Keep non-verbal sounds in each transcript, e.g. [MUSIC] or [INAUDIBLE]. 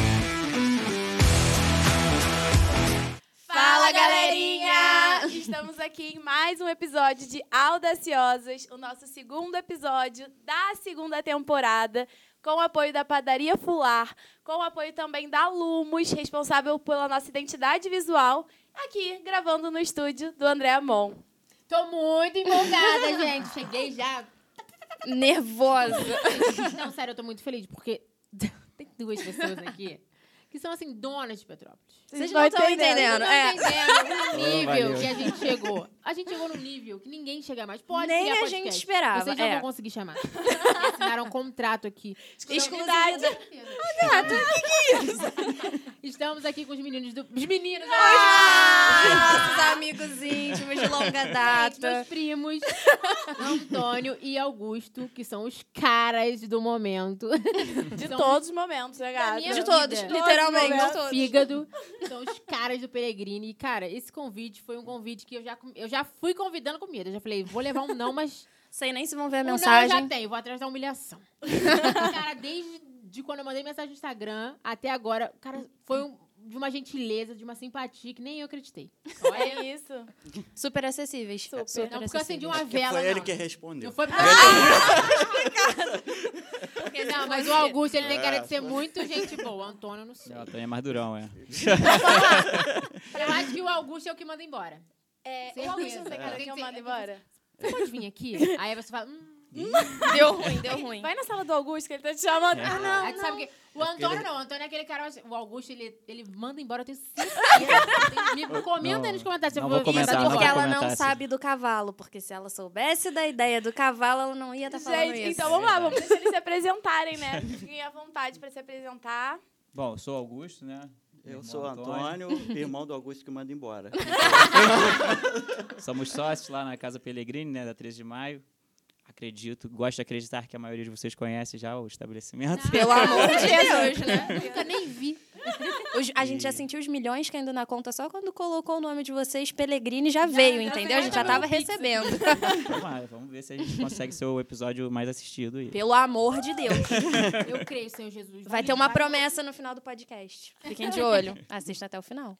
[LAUGHS] aqui em mais um episódio de Audaciosas, o nosso segundo episódio da segunda temporada, com o apoio da Padaria Fular, com o apoio também da Lumos, responsável pela nossa identidade visual, aqui gravando no estúdio do André Amon. Tô muito [LAUGHS] empolgada, gente. Cheguei já. Nervosa. Não, sério, eu tô muito feliz, porque [LAUGHS] tem duas pessoas aqui que são, assim, donas de Petrópolis. Vocês não estão entendendo. Não É. entendendo o nível valeu. que a gente chegou. A gente chegou no nível que ninguém chega mais. Pode Nem criar a podcast. gente esperava, Vocês não é. vão conseguir chamar. Me Assinaram um contrato aqui. Exclusividade. Estamos aqui com os meninos do... Os meninos! Ah, Esses amigos íntimos de longa Gente, data. meus primos, Antônio e Augusto, que são os caras do momento. De São todos os momentos, né, gata? minha De todos, vida. literalmente, Todos, de né? todos. fígado. São os caras do Peregrine. E, cara, esse convite foi um convite que eu já, com- eu já fui convidando com medo. Eu já falei, vou levar um não, [LAUGHS] mas Sei nem se vão ver a o não eu já mensagem. tenho. Vou atrás da humilhação. [LAUGHS] cara, desde de quando eu mandei mensagem no Instagram até agora, cara, foi um- de uma gentileza, de uma simpatia que nem eu acreditei. Olha, É isso. Super acessíveis. Super, assim, não, porque eu acendi acessíveis. uma Que vela, foi ele não. que respondeu. Não foi pra... [LAUGHS] Porque, não, mas o Augusto, ele tem cara de ser muito gente boa. O Antônio, eu não sei. Não, também é mais durão, é. Eu acho que o Augusto é o que manda embora. É, Certeza. o Augusto, você quer que eu mando embora? Você pode vir aqui? Aí você fala... Hum, Deu ruim, deu ruim. Vai na sala do Augusto, que ele tá te chamando. É. Ah, não. aí tu É sabe que... O Antônio ele- não, o Antônio é aquele cara... assim, O Augusto, ele, ele manda embora, eu tenho certeza. Tem- Me comenta Não, aí nos comentários. se eu não vou Isso comentar, não porque vou ela comentar não essa. sabe do cavalo, porque se ela soubesse da ideia do cavalo, ela não ia estar Tá falando Gente, isso. então vamos lá, vamos deixar eles se apresentarem, né? Fiquem à vontade pra se apresentar. Bom, eu sou Augusto, né? Eu Irmão sou do Antônio, [LAUGHS] irmão do Augusto que manda embora. Somos sócios lá na Casa Pellegrini, né, da 13 de maio. Acredito, gosto de acreditar que a maioria de vocês conhece já o estabelecimento. Pelo amor de Deus, né? Nunca nem vi. Os- a gente já sentiu os milhões caindo na conta só quando colocou o nome de vocês, Pellegrini já veio, um já entendeu? A gente já tava tava no Pix. recebendo. [LAUGHS] [LAUGHS] Vamos lá, vamos ver se a gente consegue ser o episódio mais assistido. aí. Pelo amor de Deus. Eu creio, Senhor Jesus. Vai ter uma promessa no final do podcast. Fiquem de olho. [LAUGHS] Assista até o final.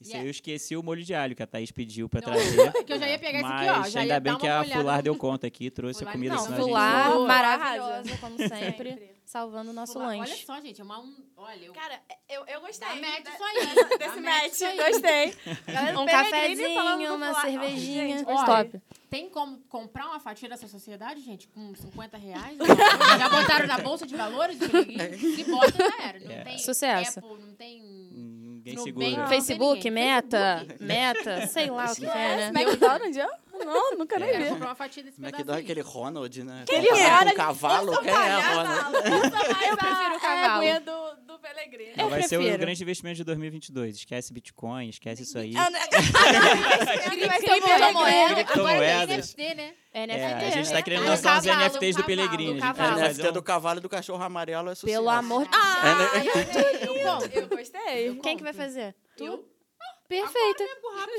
Isso Yeah. aí eu esqueci o molho de alho que a Thaís pediu pra Não, trazer. que [LAUGHS] eu já ia pegar isso aqui, mas ó, já ia ainda bem dar que uma a olhada. Fular deu conta aqui, trouxe Fular, a comida. não, Não, senão a gente- Fular, Boa. maravilhosa, como Sempre. sempre. Salvando o nosso Olha lanche. só, gente, é uma... um- Olha, eu... Cara, eu, eu gostei. Dá match Da- isso aí. Dá Desse match match, isso aí. gostei. Galera, Um Peregrine falando cafezinho, do uma Fular. cervejinha. Gente, olha, Top. Tem como comprar uma fatia dessa sociedade, gente, com 50 [LAUGHS] reais? Não. Já botaram na bolsa de valores? É. Se bota, já era. Não É. tem Sucesso. Apple, não tem... Ninguém Tudo segura. bem? Não. Facebook, tem ninguém. meta, meta, sei lá o que é, né? McDonald's? eu? Não, nunca nem Quero vi. comprar uma fatia desse Como é que pedacinho. dá assim, aquele Ronald, né? Aquele Com Ronald, um cavalo, quem é Ronald? né? Eu prefiro o a cavalo. aguinha do, do Peregrine. Eu Vai ser o prefiro. grande investimento de 2022. Esquece Bitcoin, esquece isso aí. [LAUGHS] É Vai ser o Criptomoeda. Peregrine. Agora Criptomoedas. tem NFT, né? É, a gente NFT. tá querendo Ah, lançar os cavalo, NFTs do cavalo, Pellegrini. A gente cavalo. vai A fazer NFT um- do cavalo e do cachorro amarelo é sucesso. Pelo amor de É, né? Ah, Eu compro. Eu gostei. Quem que vai fazer? Eu? Perfeita.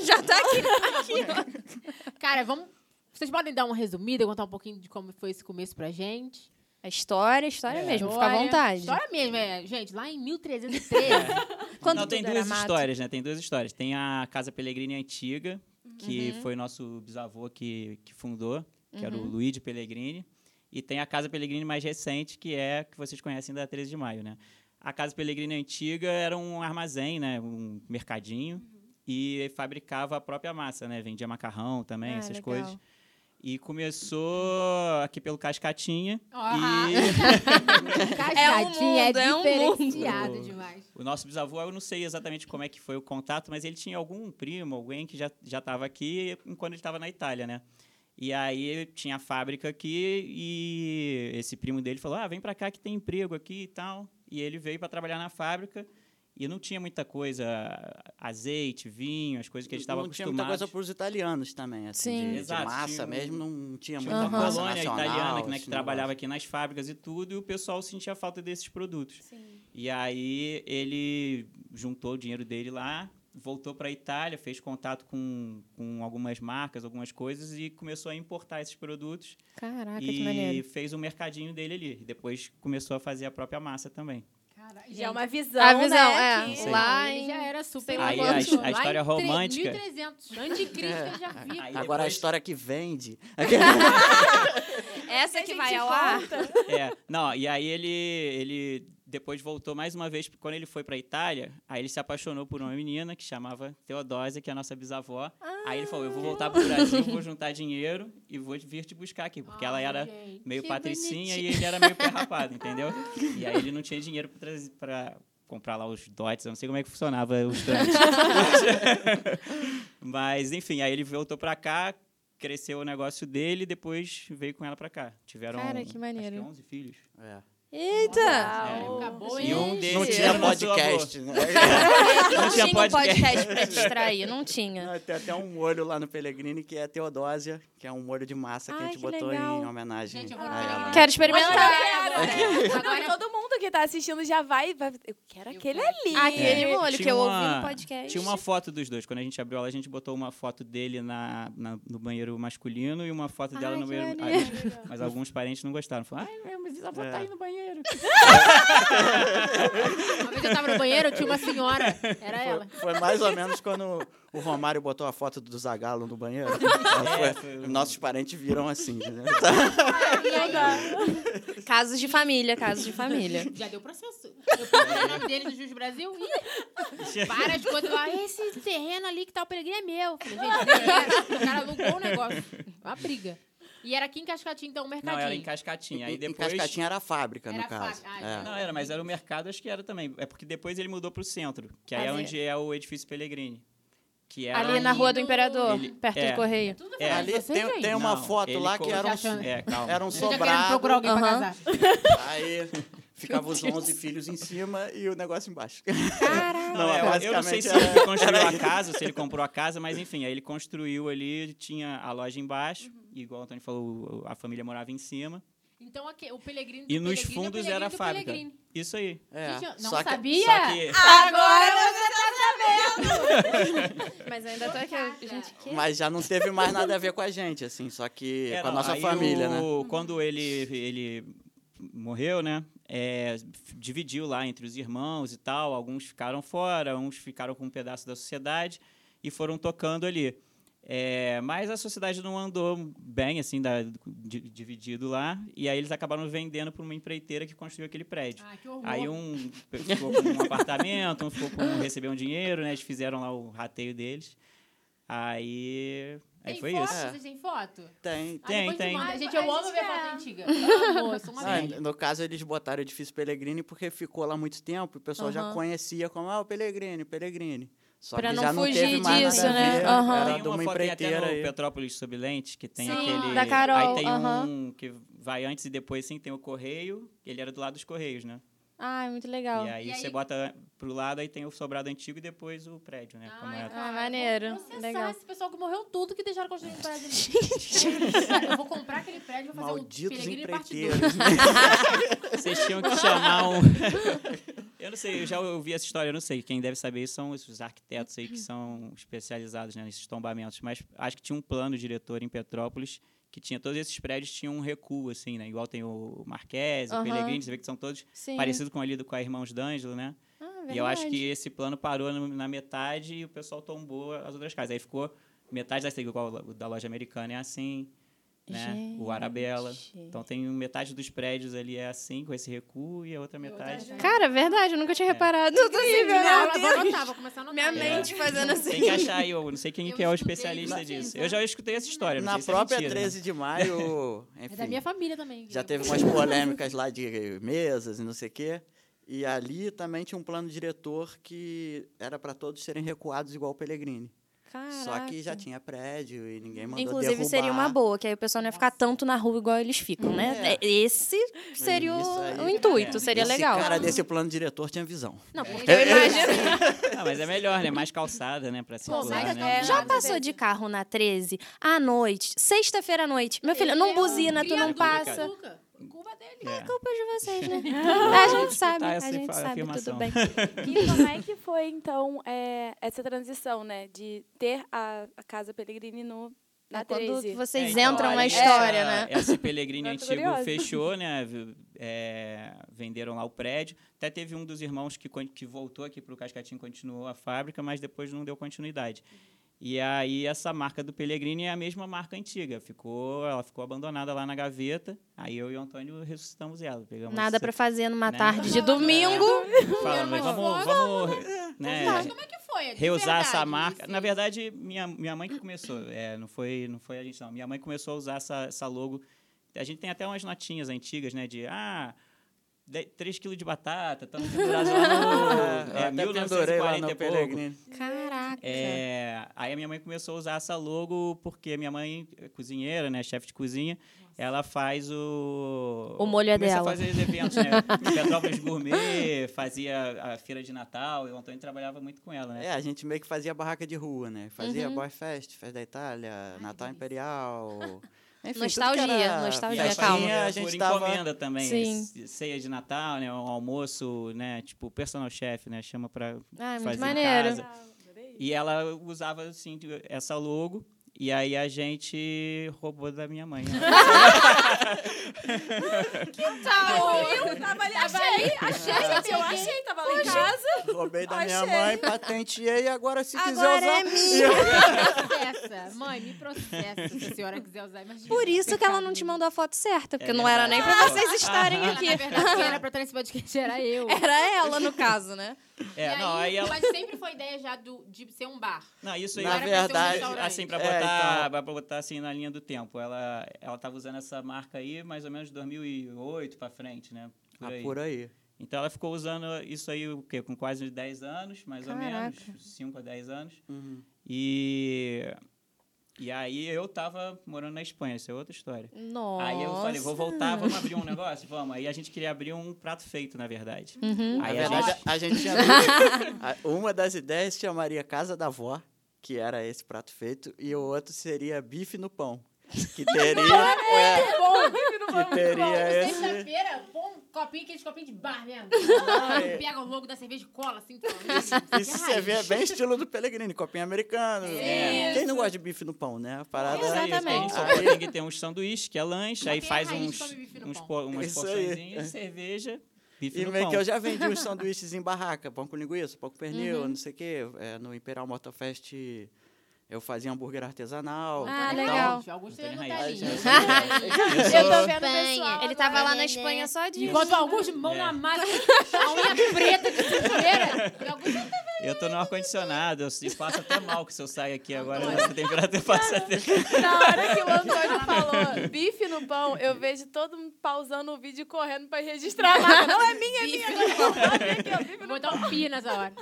Já tá aqui. Cara, vamos... Vocês podem dar uma resumida, contar um pouquinho de como foi esse começo pra gente? A história, a história É mesmo. Fica à Olha, vontade. É, É História mesmo, é. Gente, lá em [LAUGHS] 1313... Quando Não, tem tudo era duas mato. histórias, né? Tem duas histórias. Tem a Casa Pellegrini Antiga, que Uhum. foi nosso bisavô que, que fundou, que era o Luigi Pellegrini. E tem a Casa Pellegrini mais recente, que é a que vocês conhecem da 13 de maio, né? A Casa Pellegrini Antiga era um armazém, né? Um mercadinho. Uhum. E fabricava a própria massa, né? Vendia macarrão também, Ah, essas legal. coisas. E começou aqui pelo Cascatinha. Ah. E... Cascadinha é, um mundo, é um mundo. diferenciado Boa. demais. O nosso bisavô, eu não sei exatamente como é que foi o contato, mas ele tinha algum primo, alguém que já já estava aqui enquanto ele estava na Itália, né? E aí tinha a fábrica aqui e esse primo dele falou: "Ah, vem para cá que tem emprego aqui e tal". E ele veio para trabalhar na fábrica e não tinha muita coisa, azeite, vinho, as coisas que a gente estava Não tinha muita acostumado. coisa para os italianos também, assim, Sim. de- de, Exato, massa tinha um- mesmo, não tinha Tinha muita uma Aham. massa colônia nacional. assim, um italiana que, né, esse que trabalhava negócio. aqui nas fábricas e tudo, e o pessoal sentia falta desses produtos. E aí ele juntou o dinheiro dele lá, voltou para a Itália, fez contato com, com algumas marcas, algumas coisas, e começou a importar esses produtos. Caraca, Ah, que e maneiro. fez o mercadinho dele ali. E depois começou a fazer a própria massa também. E é uma visão, A visão, né? é. que- Sim. Lá Ele em- já era super lá Aí, a- romântico. a história Lá em tre- romântica. 1300. Anticristo ele [LAUGHS] já viu. Aí Agora a depois- história que [LAUGHS] vende. Essa que gente vai ao ar. volta. É, não, e aí ele, ele depois voltou mais uma vez, porque quando ele foi pra Itália, aí ele se apaixonou por uma menina que chamava Teodósia, que é a nossa bisavó. aí ele falou, eu vou voltar pro Brasil, vou juntar dinheiro e vou vir te buscar aqui, porque ela Ai, era gente. meio que patricinha bonitinho. e ele era meio perrapado, entendeu? E aí ele não tinha dinheiro pra, trazer- pra comprar lá os dotes, eu não sei como é que funcionava os dotes. [LAUGHS] Mas, enfim, aí ele voltou pra cá, cresceu o negócio dele e depois veio com ela pra cá. Tiveram Cara, que acho maneiro. 11 filhos. É. Eita! Época boa, E um hein? deles Não Sim. tinha era nosso podcast, né? [LAUGHS] Não tinha tinha um podcast. podcast pra distrair, não tinha. Não, Tem até um molho lá no Pellegrini que é Teodósia, que é um molho de massa que Ai, a gente que botou legal. em homenagem Gente, eu vou no a ela. Quero Mas eu experimentar. quero, né? Agora- Não, todo mundo que tá assistindo já vai. vai- eu quero Eu aquele quero. ali. Aquele É. molho que Tinha eu ouvi uma- no podcast. Tinha uma foto dos dois. Quando a gente abriu ela, a gente botou uma foto dele na, na- no banheiro masculino e uma foto dela Ai, no que banheiro. maneiro. Ah, gente, mas alguns parentes não gostaram. Falaram, ai, meu, mas ela É. tá aí [LAUGHS] no banheiro. Uma vez eu tava no banheiro, tinha uma senhora. Era ela. Foi mais ou menos quando o Romário botou a foto do Zagalo no [LAUGHS] banheiro. Aí foi- É. Nossos parentes viram assim, né? Casos de família, casos de família. Já deu processo. Eu pus o nome dele no Jus Brasil e várias coisas lá. Esse terreno ali que tá o Peregrino é meu. Falei, gente, nem era. o cara alugou o negócio. Uma briga. E era aqui em Cascatinho, então, o mercadinho. Não, era em Cascatinha. Aí Então, Em depois... Cascatinha era a fábrica, Era no a fábrica. caso. Ah, É. então. Não, era, mas era o mercado, acho que era também. É porque depois ele mudou pro centro, que aí é Ali. onde é o edifício Pellegrini. Que era Ali na Rua do Imperador, Ele- perto é. do Correio. Tudo É, falando de Ali vocês, tem, gente. tem uma Não, foto ele lá que colocou- era Já um, É, calma. era um Vocês já querendo procurar sobrado. alguém pra Aham. casar. Aí ficavam os 11 filhos em cima e o negócio embaixo. Não, é, eu- eu não sei se basicamente ele construiu a casa, se ele comprou a casa, mas enfim, aí ele construiu ali, tinha a loja embaixo, Uhum. e igual o Antônio falou, o- a família morava em cima. Então, aqui, o Peregrino do E nos Peregrino é o fundos Peregrino era a do fábrica. Peregrino. Isso aí. É, Gente, eu não só que- sabia. Só que, Agora você Mas eu ainda tô aqui. Gente, que... mas já não teve mais nada a ver com a gente, assim, só que É, com a não, nossa aí família, né? o- Quando ele, ele morreu, né? é, f- dividiu lá entre os irmãos e tal. Alguns ficaram fora, uns ficaram com um pedaço da sociedade e foram tocando ali. É, mas a sociedade não andou bem, assim, da- di- dividido lá. E aí eles acabaram vendendo para uma empreiteira que construiu aquele prédio. Ah, que horror. Aí um pe- ficou com um apartamento, um ficou com recebeu um dinheiro, né? Eles fizeram lá o rateio deles. Aí, aí Tem foi foto? isso. Vocês têm foto? Tem. Ah, Tem, depois tem. me manda. Gente, A eu amo gente ver é quer. foto [LAUGHS] antiga. Eu amo, eu sou uma Ah, velha. no caso, eles botaram o edifício Pellegrini porque ficou lá muito tempo e o pessoal já Aham. conhecia como, ah, o Pellegrini, o Pellegrini. Só Pra que não já não teve fugir mais disso, nada a né? ver, Aham. Era Tem de uma uma foto tem até empreiteira no aí. Petrópolis sob lente, que tem Sim, aquele... da Carol, Aí tem aham. um que vai antes e depois, sim, tem o Correio. Ele era do lado dos Correios, né? Ai, Ah, é muito legal. E aí E aí- você bota pro lado, aí tem o sobrado antigo e depois o prédio, né? Como Ai, é. cara, Ah, maneiro. eu vou processar Legal. esse pessoal que morreu tudo que deixaram construir no prédio. Gente. [LAUGHS] Eu vou comprar aquele prédio e vou fazer um Malditos Peregrino parte empreiteiros. [LAUGHS] 2. Vocês tinham que chamar um... [LAUGHS] eu não sei, eu já ouvi essa história, eu não sei. Quem deve saber isso são esses arquitetos aí que são especializados né, nesses tombamentos. Mas acho que tinha um plano diretor em Petrópolis que tinha todos esses prédios tinham um recuo, assim, né? Igual tem o Marquese, o Aham. Pellegrini, você vê que são todos Sim. parecido com ali do com a Irmãos D'Angelo, né? Ah, E eu acho verdade. que esse plano parou no- na metade e o pessoal tombou as outras casas. Aí ficou metade da igual o da loja americana é assim, né? O Arabella. Gente. Então tem metade dos prédios ali é assim, com esse recuo, e a outra metade. Cara, verdade, eu nunca É. tinha reparado. Tudo nível, Não, eu vou anotar, vou começar a anotar. Minha É. mente fazendo [LAUGHS] Tem que assim. achar aí, eu não sei quem Eu que é o estudei especialista bastante, disso. né? Eu já escutei essa história. não Na sei se é própria mentira, né? 13 de maio, enfim, É da minha família também. já teve umas polêmicas lá de mesas e não sei o quê. E ali também tinha um plano diretor que era para todos serem recuados igual o Pellegrini. Só que já Caraca. tinha prédio e ninguém mandou Inclusive, derrubar. seria uma boa, que aí o pessoal não ia ficar tanto na rua igual eles ficam, né? É. Esse seria Isso aí. o, o intuito, É. seria Esse legal. cara desse plano diretor tinha visão. Não, porque eu É. imagino. Ah, mas é melhor, né? Mais calçada, né? Pra circular, mas né? não- Já Com passou certeza. de carro na 13 à noite, sexta-feira à noite. Meu filho, Ele é não um buzina, tu não criador, passa. Cuca. Cuba dele. É. Culpa de vocês, [LAUGHS] né? A gente sabe, escutar a essa gente afa- sabe, tudo afirmação. bem. E como é que foi, então, é, essa transição, né? De ter a, a Casa Pellegrini no Tá, Quando Thaís? vocês É, então, entram na aí história, né? essa- Esse Pellegrini Tô antigo curiosa. fechou, né? v- é, venderam lá o prédio. Até teve um dos irmãos que, con- que voltou aqui para o Cascatinho, continuou a fábrica, mas depois não deu continuidade. E aí essa marca do Pellegrini é a mesma marca antiga. Ficou, ela ficou abandonada lá na gaveta. Aí eu e o Antônio ressuscitamos ela. Pegamos Nada pra fazer numa então né? tarde de domingo. falar. Vamos, Vamos, vamos, né, Mas como é que foi? De reusar verdade, essa marca. assim. Na verdade, minha, minha mãe que começou. É, não, foi, não foi a gente, não. Minha mãe começou a usar essa, essa logo. A gente tem até umas notinhas antigas, né? De, ah, 3 quilos de batata, estamos [LAUGHS] É, pendurados [LAUGHS] lá no... eu É, até pendurei lá 1940 no e pouco. Pellegrini. Caraca. É, aí a minha mãe começou a usar essa logo porque minha mãe é cozinheira, né, chefe de cozinha, ela faz o O molho é começou dela. a fazer os eventos, né? Petrópolis Gourmet, fazia a feira de Natal, e o Antônio trabalhava muito com ela, né? É, a gente meio que fazia barraca de rua, né? Uhum. Fazia Boy Fest, Festa da Itália, Natal Imperial. [LAUGHS] Enfim, tudo que Nostalgia, era nostalgia, festinha, Festinha, calma. A É, por gente tava... encomenda também, Sim. s- ceia de Natal, né, um almoço, né, tipo personal chef, né, chama para Ah, é muito fazer em maneiro. casa. E ela usava assim de- essa logo e aí a gente roubou da minha mãe. né? Ah, Eu tava ali, achei, achei, gente, eu achei, tava lá em casa. Roubei da minha Achei. mãe, patenteei e agora se quiser Agora usar... Ah, é [LAUGHS] minha. Processa. Mãe, me processa se a senhora quiser usar. Imagina. Por isso que ela não te mandou a foto certa, porque É não era nem verdade. pra vocês estarem Ela, aqui. [LAUGHS] Na verdade, quem era pra estar nesse podcast [LAUGHS] era eu. Era ela, no caso, né? É, E não, aí ela Mas sempre foi ideia já do, de ser um bar. Não, isso aí Na era pra ser um verdade, restaurante. assim pra É, botar, então. pra botar assim na linha do tempo. Ela ela tava usando essa marca aí mais ou menos de 2008 pra frente, né? Por Ah, aí. por aí. Então ela ficou usando isso aí o quê? Com quase 10 anos, mais Caraca. ou menos, 5 a 10 anos. Uhum. E e aí eu tava morando na Espanha, isso é outra história. Nossa. Aí eu falei, vou voltar, vamos abrir um negócio? Vamos. Aí a gente queria abrir um prato feito, na verdade. Uhum. Na Aí a É verdade, gente a gente [LAUGHS] tinha dois- a- Uma das ideias se chamaria Casa da Vó, que era esse prato feito, e o outro seria bife no pão. [LAUGHS] Que teria. é, Bom, que não foi muito que bom. teria esse. Sexta-feira, põe um copinho, aqueles copinhos de bar mesmo. é. Pega o logo da cerveja e cola assim. [LAUGHS] Isso você vê é bem estilo do Pellegrini, copinho americano. É. Quem não gosta de bife no pão, né? A parada. Isso aí, Exatamente. porque A gente só tem, tem uns sanduíches, que é lanche, Mas aí tem a faz raiz, uns, come bife no uns pão. po- umas Isso aí. porçõezinhas, cerveja, bife E no meio pão. que eu já vendi uns sanduíches em barraca, pão com linguiça, pão com pernil, não sei o quê. É, no Imperial Motorfest eu fazia hambúrguer artesanal. Ah, então, legal. Alguns Antônio têm no Raiz. [LAUGHS] talinho. Eu tô vendo o Espanha. pessoal. Ele tava lá na agora. Espanha só de. Enquanto alguns mão É. na massa, a unha preta de sexta-feira. E é alguns Eu tô no ar-condicionado, eu se- passo até mal que se eu sair aqui agora, nessa temperatura passa até... Na hora que o Antônio falou bife no pão, eu vejo todo mundo pausando o vídeo e correndo pra registrar a marca. Não é minha, é minha. Olha aqui, ó, bife no Vou dar um pi nessa hora.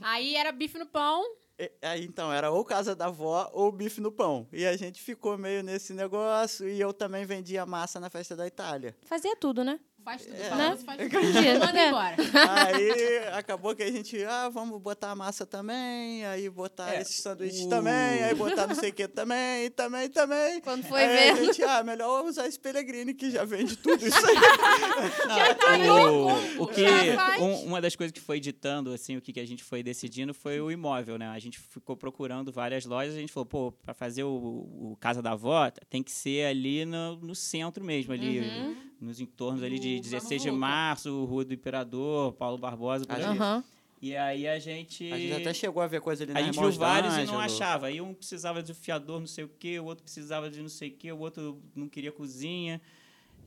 Aí era bife no pão. E- Aí, então, era ou casa da avó ou bife no pão. E a gente ficou meio nesse negócio. E eu também vendia massa na festa da Itália. Fazia tudo, né? Faz tudo, É. fala, isso faz tudo. Entendi. Manda É. embora. [LAUGHS] aí acabou que a gente, ah, vamos botar a massa também, aí botar É, esses sanduíches o- também, aí botar não sei o que também, também, também. Quando foi aí ver. a gente, ah, melhor usar esse Pellegrini que já vende tudo isso [LAUGHS] aí. o, o que Tá Já faz. um- uma das coisas que foi ditando assim o que, que a gente foi decidindo foi o imóvel né a gente ficou procurando várias lojas a gente falou pô para fazer o, o casa da avó tem que ser ali no, no centro mesmo ali Uhum. nos entornos ali de Hum, Do 16 de Barra Louca. março rua do Imperador Paulo Barbosa por A aí. gente- Aham. e aí a gente A gente até chegou a ver coisa ali na a gente viu Irmãos vários e não D'Angelo. achava. Aí um precisava de fiador, não sei o quê, o outro precisava de não sei o quê, o outro não queria cozinha.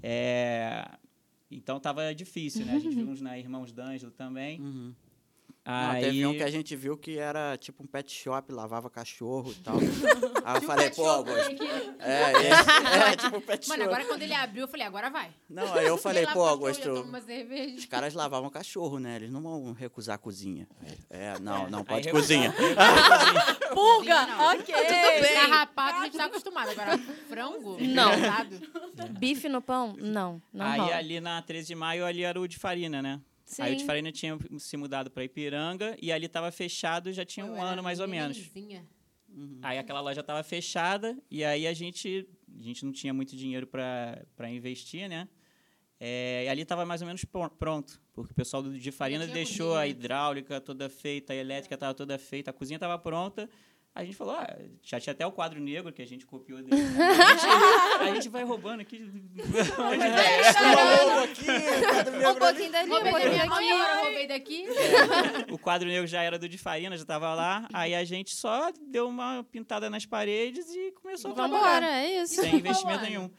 É, Então tava difícil, né? A gente viu uns na Irmãos D'Angelo também. Uhum. Não, Aí... teve um que a gente viu que era tipo um pet shop, lavava cachorro e [LAUGHS] tal. aí eu Tinha um falei, pet pô, shop Augusto. aqui. É, [LAUGHS] é, é, tipo um pet Mano, shop. agora quando ele abriu, eu falei, agora vai. [LAUGHS] Não, aí eu falei, Ele pô, lá passou, já toma Augusto, uma cerveja. Os caras lavavam cachorro, né? Eles não vão recusar a cozinha. É, não, não Aí pode recusava. cozinha. [LAUGHS] pão. Pulga, Sim, não. ok. Carrapato, a gente tá acostumado. Agora, frango? Não. Sabe? Bife no pão? Não. Não É. Aí rola. ali na 13 de maio ali era o de Farina, né? Aí o de Farina tinha se mudado para Ipiranga e ali tava fechado já tinha um Eu era ano mais ou menos. nenenzinha. Uhum. Aí aquela loja estava fechada e aí a gente, a gente não tinha muito dinheiro para investir, né? É, e ali estava mais ou menos pro- pronto, porque o pessoal do- de Farina tinha deixou cozinha, a né? hidráulica toda feita, a elétrica estava toda feita, a cozinha estava pronta. A gente falou, ah, já tinha até o quadro negro que a gente copiou dele. né?" A [LAUGHS] gente, a gente vai roubando aqui. É. Falou aqui, quadro Um negro ali. pouquinho dali, um Roubei da pouquinho minha mãe, daqui. agora eu roubei daqui. É. o quadro negro já era do de Farina, já tava lá. Aí a gente só deu uma pintada nas paredes e começou a Vamos trabalhar. Vambora, é isso. Sem investimento Vambora. nenhum.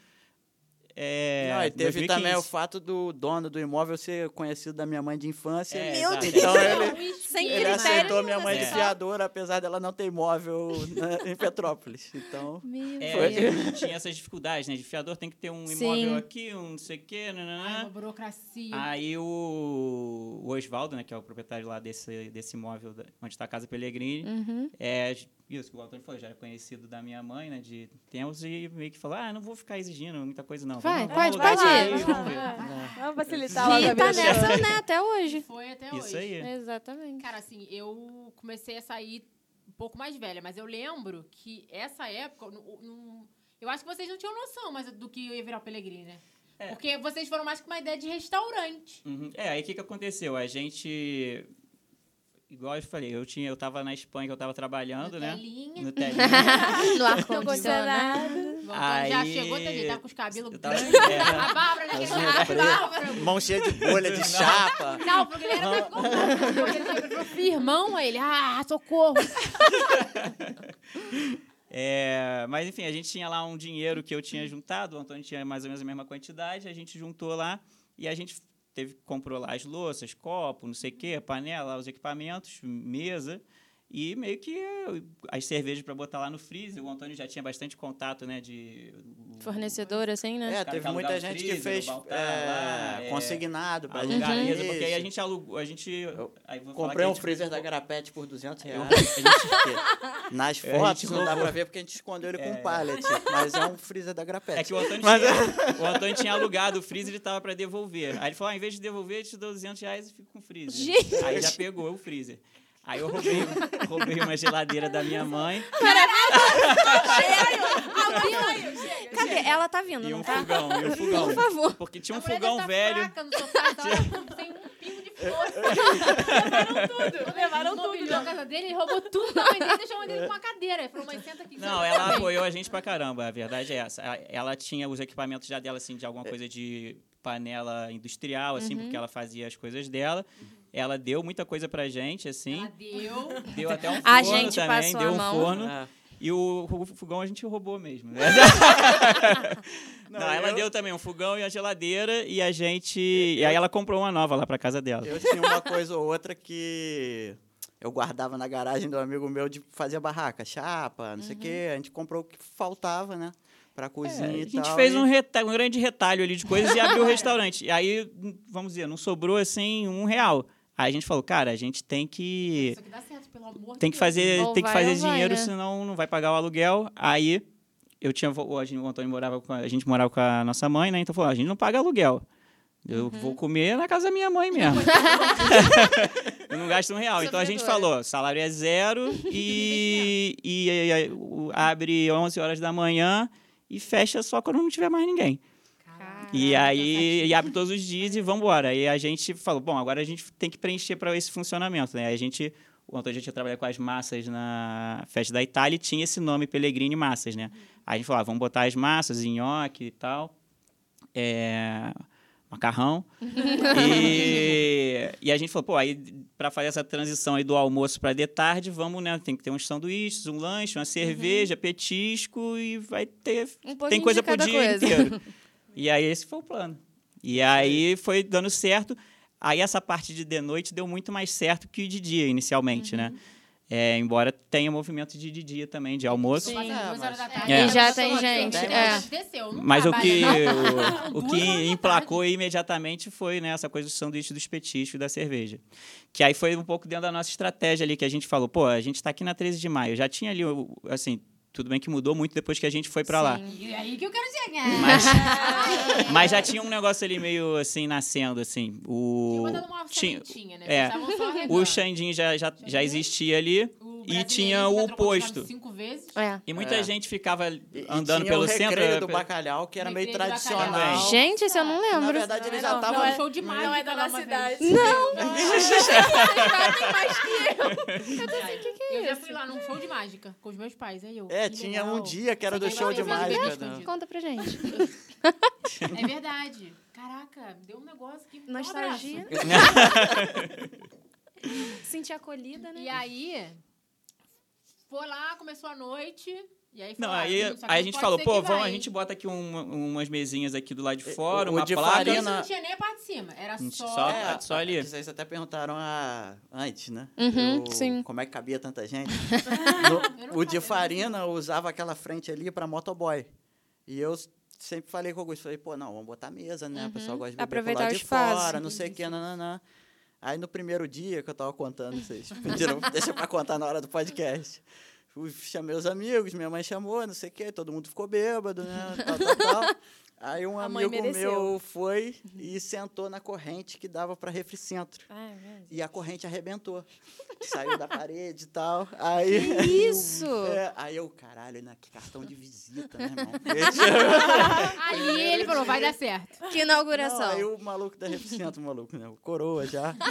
É, Não, e teve também o 2015. fato do dono do imóvel ser conhecido da minha mãe de infância. É, Então, exato. Então ele, Não, isso é Sem ele critério aceitou nenhum minha mãe de dessa fiadora, apesar dela não ter imóvel [LAUGHS] né, em Petrópolis. Então, Meu É, Foi. a gente tinha essas dificuldades, né? De fiador tem que ter um imóvel Sim. aqui, um não sei o quê, Ai, nananã. uma burocracia. Aí o, o Oswaldo, né, que é o proprietário lá desse, desse imóvel da- onde está a Casa Pellegrini, Uhum. é isso que o Antônio falou, já era conhecido da minha mãe, né, de tempos, e meio que falou, ah, não vou ficar exigindo muita coisa, não. Vai, Vamos- pode- vamos pode alugar ir. isso aí, vamos [LAUGHS] ver. Vamos facilitar logo a E tá vida. dela. nessa, né, até É hoje. Foi até Isso hoje. aí. Exatamente. Cara, assim, eu comecei a sair um pouco mais velha, mas eu lembro que essa época. nu- nu- eu acho que vocês não tinham noção mas do que eu ia virar o Pelegrini, né? É. Porque vocês foram mais com uma ideia de restaurante. Uhum. É, aí o que, que aconteceu? A gente. Igual eu falei, eu, tinha, eu tava na Espanha que eu tava trabalhando, né? Telinha. No telinho. No ar Não gostei né? nada. Bom, então Já Aí- chegou, tá gente? Tava com os cabelos Eu tava- grandes. é. A Bárbara naquele Azul, cabelo preto. Bárbara. mão cheia de bolha, de chapa. Não, porque ele era tá com um firmão, aí ele, ah, socorro. Um É, mas enfim, a gente tinha lá um dinheiro que eu tinha juntado, o Antônio tinha mais ou menos a mesma quantidade, a gente juntou lá e a gente teve comprou lá as louças, copo, não sei o quê, panela, os equipamentos, mesa e meio que eh, as cervejas para botar lá no freezer. O Antônio já tinha bastante contato, né, de Fornecedor, assim, né? É, cara que teve muita alugava o gente que freezer, fez o Baltar lá, é, é, consignado. pra alugar a gente. mesa, porque aí a Uhum. Isso. gente alugou, a gente aí vou falar Comprei que a um gente freezer da comprou- Garapete por 200 Eu- reais. a gente- porque Nas É, a fotos gente não dá comprou. pra ver porque a gente escondeu ele com um pallet. Mas é um freezer da Garapete. É que o Antônio, Mas- tinha, o Antônio tinha alugado o freezer e tava pra devolver. Aí ele falou: ah, em vez de devolver, eu te dou 200 reais e fico com o freezer. Gente! Aí já pegou o freezer. Aí eu roubei, roubei uma geladeira da minha mãe Cadê? Ela tá vindo, e não um tá? fogão. E um fogão. Por favor. Porque tinha um A mulher fogão deve tá velho. fraca no sofá, tá? Tem um pingo de força. Levaram tudo. Levaram tudo. Mobiliou a casa dele, ele roubou tudo da mãe dele e deixou a mãe dele com uma cadeira. Ele falou, mãe, senta aqui. Não, ela apoiou a gente pra caramba, a verdade é essa. A- Ela tinha os equipamentos já dela, assim, de alguma coisa de panela industrial, assim, porque ela fazia as coisas dela. Ela deu muita coisa pra gente, assim. Ela deu. Deu até um forno A gente também, passou deu a um mão. forno. Ah, E o, o fogão a gente roubou [LAUGHS] mesmo, né? Não, Não, ela eu- deu também um fogão e a geladeira e a gente... E aí ela comprou uma nova lá pra casa dela. Eu tinha uma coisa ou outra que eu guardava na garagem do amigo meu de fazer barraca, chapa, não sei o quê. A gente comprou o que faltava, né? Pra É, cozinha e a tal. gente fez e- um, reta- um grande retalho ali de coisas e abriu o restaurante. E aí, vamos dizer, não sobrou assim um real. Aí a gente falou, cara, a gente tem que Isso aqui dá certo, pelo amor de tem que Deus. fazer, Ou tem que vai fazer ou vai, dinheiro, né? senão não vai pagar o aluguel. Aí eu tinha vo- o, a gente- o Antônio morava com a, a gente morava com a nossa mãe, né? Então falou, a gente não paga aluguel. Uhum. Eu vou comer na casa da minha mãe mesmo. [LAUGHS] eu não gasto um real. Então a gente tá Sofredora. falou, salário é [LAUGHS] zero e, e, e- o- abre 11 horas da manhã e fecha só quando não tiver mais ninguém. Caraca. E aí, e abre todos os dias e vambora. E a gente falou, bom, agora a gente tem que preencher para esse funcionamento, né? Aí A gente, o Antônio já tinha trabalhado com as massas na festa da Itália e tinha esse nome, Pellegrini Massas, né? Aí a gente falou, ah, vamos botar as massas, nhoque e tal, é, macarrão. e, e a gente falou, pô, aí para fazer essa transição aí do almoço para de tarde, vamos, né? Tem que ter uns sanduíches, um lanche, uma cerveja, petisco e vai ter Um pouquinho tem coisa de pro cada dia coisa. inteiro. E aí esse foi o plano. E aí foi dando certo. Aí essa parte de de noite deu muito mais certo que de dia, inicialmente, né? É, embora tenha movimento de de dia também, de almoço. Sim, duas horas da tarde. É. a E já pessoa tem só gente, desceu, é. mas desceu, não Mas o que, trabalha, o, o que emplacou imediatamente foi né, essa coisa do sanduíche dos petiscos e da cerveja. Que aí foi um pouco dentro da nossa estratégia ali, que a gente falou, pô, a gente tá aqui na 13 de maio. Já tinha ali, o- assim, tudo bem que mudou muito depois que a gente foi para lá. não. E aí que eu quero chegar. Mas- Mas já tinha um negócio ali meio assim nascendo, assim. O. Tinha mandado uma tinha- sementinha, né? é. Vocês estavam só regando. O Xandinho já, já, já existia ali. O brasileiro tinha já o trocou de estado posto. Cinco vezes. É. E muita É. gente ficava E- e andando tinha pelo o centro. recreio é, do bacalhau, que era meio Recreio do tradicional. bacalhau. Também. Gente, esse eu não Na lembro. verdade, eles Não, já não, estavam... não Não, é- show demais. não é da nossa idade. Não. Eu tô assim, o que, que é Eu já isso? fui lá num show de mágica com os meus pais, aí eu. É, que tinha legal. um dia que era Você do tem show de várias vezes mágica. escondido. né? Conta pra gente. É verdade. Caraca, deu um negócio que um [LAUGHS] Nostalgia. Sentir acolhida, né? E aí, foi lá, começou a noite. E aí, foi Não, lá, tudo, aí, Ah, então só que aí a não gente pode falou, ser pô, que vamos, vai. Então, a gente bota aqui uma- umas mesinhas aqui do lado de O- fora, É, o uma de placa. Isso farinha- assim, não Arena- tinha nem a parte de cima, era Gente, só... só- É, só ali. Vocês até perguntaram a... antes, né? Uhum, Do- sim. Como é que cabia tanta [LAUGHS] gente. Eu não No- o de sabia. Farina usava aquela frente ali pra motoboy. E eu s- sempre falei com o Augusto, falei, pô, não, vamos botar mesa, né? O pessoal gosta de beber pro Aproveitar lado o de espaço. fora, não sei o que, nananã. Aí no primeiro dia que eu tava contando, vocês [LAUGHS] pediram, deixa pra contar na hora do podcast. Fui- Chamei os amigos, minha mãe chamou, não sei o que, todo mundo ficou bêbado, né? Tal, tal, tal. Aí um A mãe amigo mereceu. meu foi e sentou na corrente que dava pra refricentro. E a corrente arrebentou. Saiu da parede e tal. Aí. Que isso? É, aí eu, caralho, né? que cartão de visita, né, [LAUGHS] irmão? Aí ele falou, vai dar [LAUGHS] certo. Que Não, inauguração. aí o maluco da Reficento, o maluco, né? O coroa já. [LAUGHS]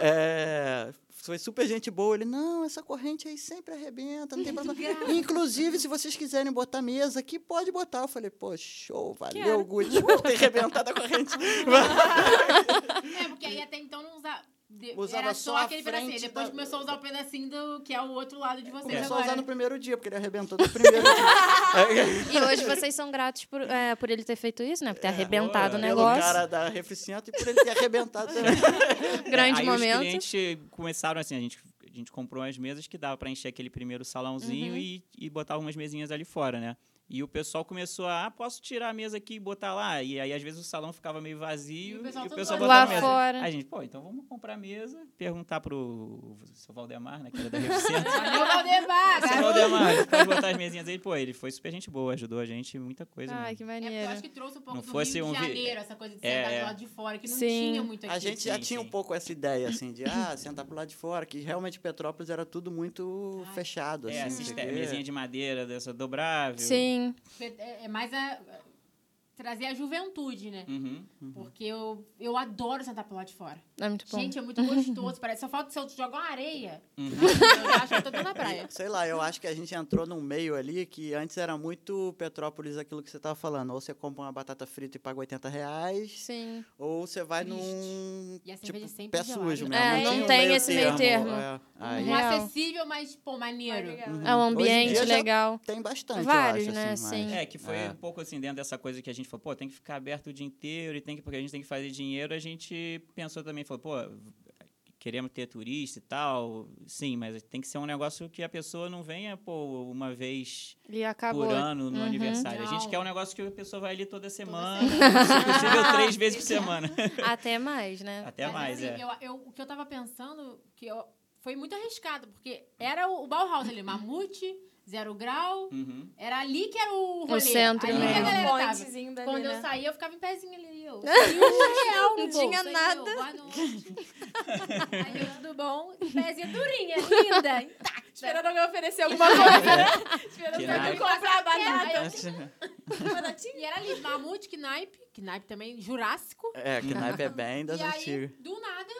É, foi super gente boa. Ele, não, essa corrente aí sempre arrebenta, não [LAUGHS] tem problema. Inclusive, se vocês quiserem botar mesa aqui, pode botar. Eu falei, pô, show, valeu, Quero. Guti, por ter arrebentado [LAUGHS] a corrente. É, porque aí até então não usava... de- Usava era só só a aquele pedacinho. frente Depois da- começou a usar o pedacinho do que é o outro lado de vocês Começou a agora. usar no primeiro dia, porque ele arrebentou no [LAUGHS] primeiro dia. Aí- E hoje vocês são gratos por, é, por ele ter feito isso, né? Por ter arrebentado o boa. É, Pelo negócio. Tá cara da Reficento e por ele ter [LAUGHS] arrebentado também. Grande É, aí momento. Os clientes começaram assim, a gente, a gente comprou umas mesas que dava para encher aquele primeiro salãozinho Uhum. e, e botava umas mesinhas ali fora, né? E o pessoal começou a, ah, posso tirar a mesa aqui e botar lá? E aí, às vezes, o salão ficava meio vazio E e o o pessoal pessoal, todo olhando. botava Lá mesa. fora. Aí a gente, pô, então vamos comprar mesa, perguntar pro seu Valdemar, né, que era [LAUGHS] da Reficência. Valeu, Valdemar, seu garoto. Valdemar, pode botar as mesinhas aí. Pô, ele foi super gente boa, ajudou a gente em muita coisa Ai, mesmo. que É, porque eu acho maneiro. que trouxe um pouco Não do fosse Rio de um vi- Janeiro, essa coisa de É, sentar é. do lado de fora, que não Sim. tinha muito aqui. A gente já sim, tinha um sim. pouco essa ideia, assim, de ah, sentar pro lado de fora, que realmente Petrópolis era tudo muito Ai. fechado, É, assim. assiste- porque- mesinha de madeira, dessa dobrável. Sim. É, é mais a... Trazer a juventude, né? Uhum. Porque eu, eu adoro sentar pro lado de fora. É muito bom. Gente, é [LAUGHS] muito gostoso. Parece só falta se eu jogar uma areia. Uhum. Eu acho que eu tô dentro da praia. Sei lá, eu acho que a gente entrou num meio ali que antes era muito Petrópolis aquilo que você tava falando. Ou você compra uma batata frita e paga 80 reais, Sim. ou você vai Triste. num. E a cerveja Tipo, sempre pé gelada. sujo mesmo. É, não tinha um tem esse meio termo. é. Aí Não é Real. acessível, mas, pô, maneiro. É um hum, Hoje em ambiente dia já- legal. tem bastante, Vários, eu acho, né, assim, mas- sim. É, que foi É. um pouco assim, dentro dessa coisa que a gente falou, pô, tem que ficar aberto o dia inteiro e tem que, porque a gente tem que fazer dinheiro, a gente pensou também, falou, pô, queremos ter turista e tal, sim, mas tem que ser um negócio que a pessoa não venha, pô, uma vez E acabou. por ano no Uhum. aniversário. A gente Não. quer um negócio que a pessoa vai ali toda semana, semana. se [LAUGHS] possível três vezes [LAUGHS] por semana. Até mais, né? Até Mas, mais, assim, é. eu- eu- o que eu tava pensando, que eu, foi muito arriscado, porque era o, o Bauhaus ali, Mamute, Zero Grau, Uhum. era ali que era o rolê. centro, ali né? que a galera Um tava. pontezinho dali, Quando eu né? saía, eu ficava em pezinho ali. [LAUGHS] Eu, saía um real no Não tinha bolso, aí nada. eu, boa noite. [LAUGHS] Aí eu, tudo bom? Pezinha [LAUGHS] durinha, linda, intacta. Esperando alguém oferecer alguma coisa. Esperando Que alguém nada. comprar a Aí batata. eu, é, E era ali, Mamute, Knipe, Knipe também, Jurássico. É, que naipe é bem das e aí, antigas. do nada,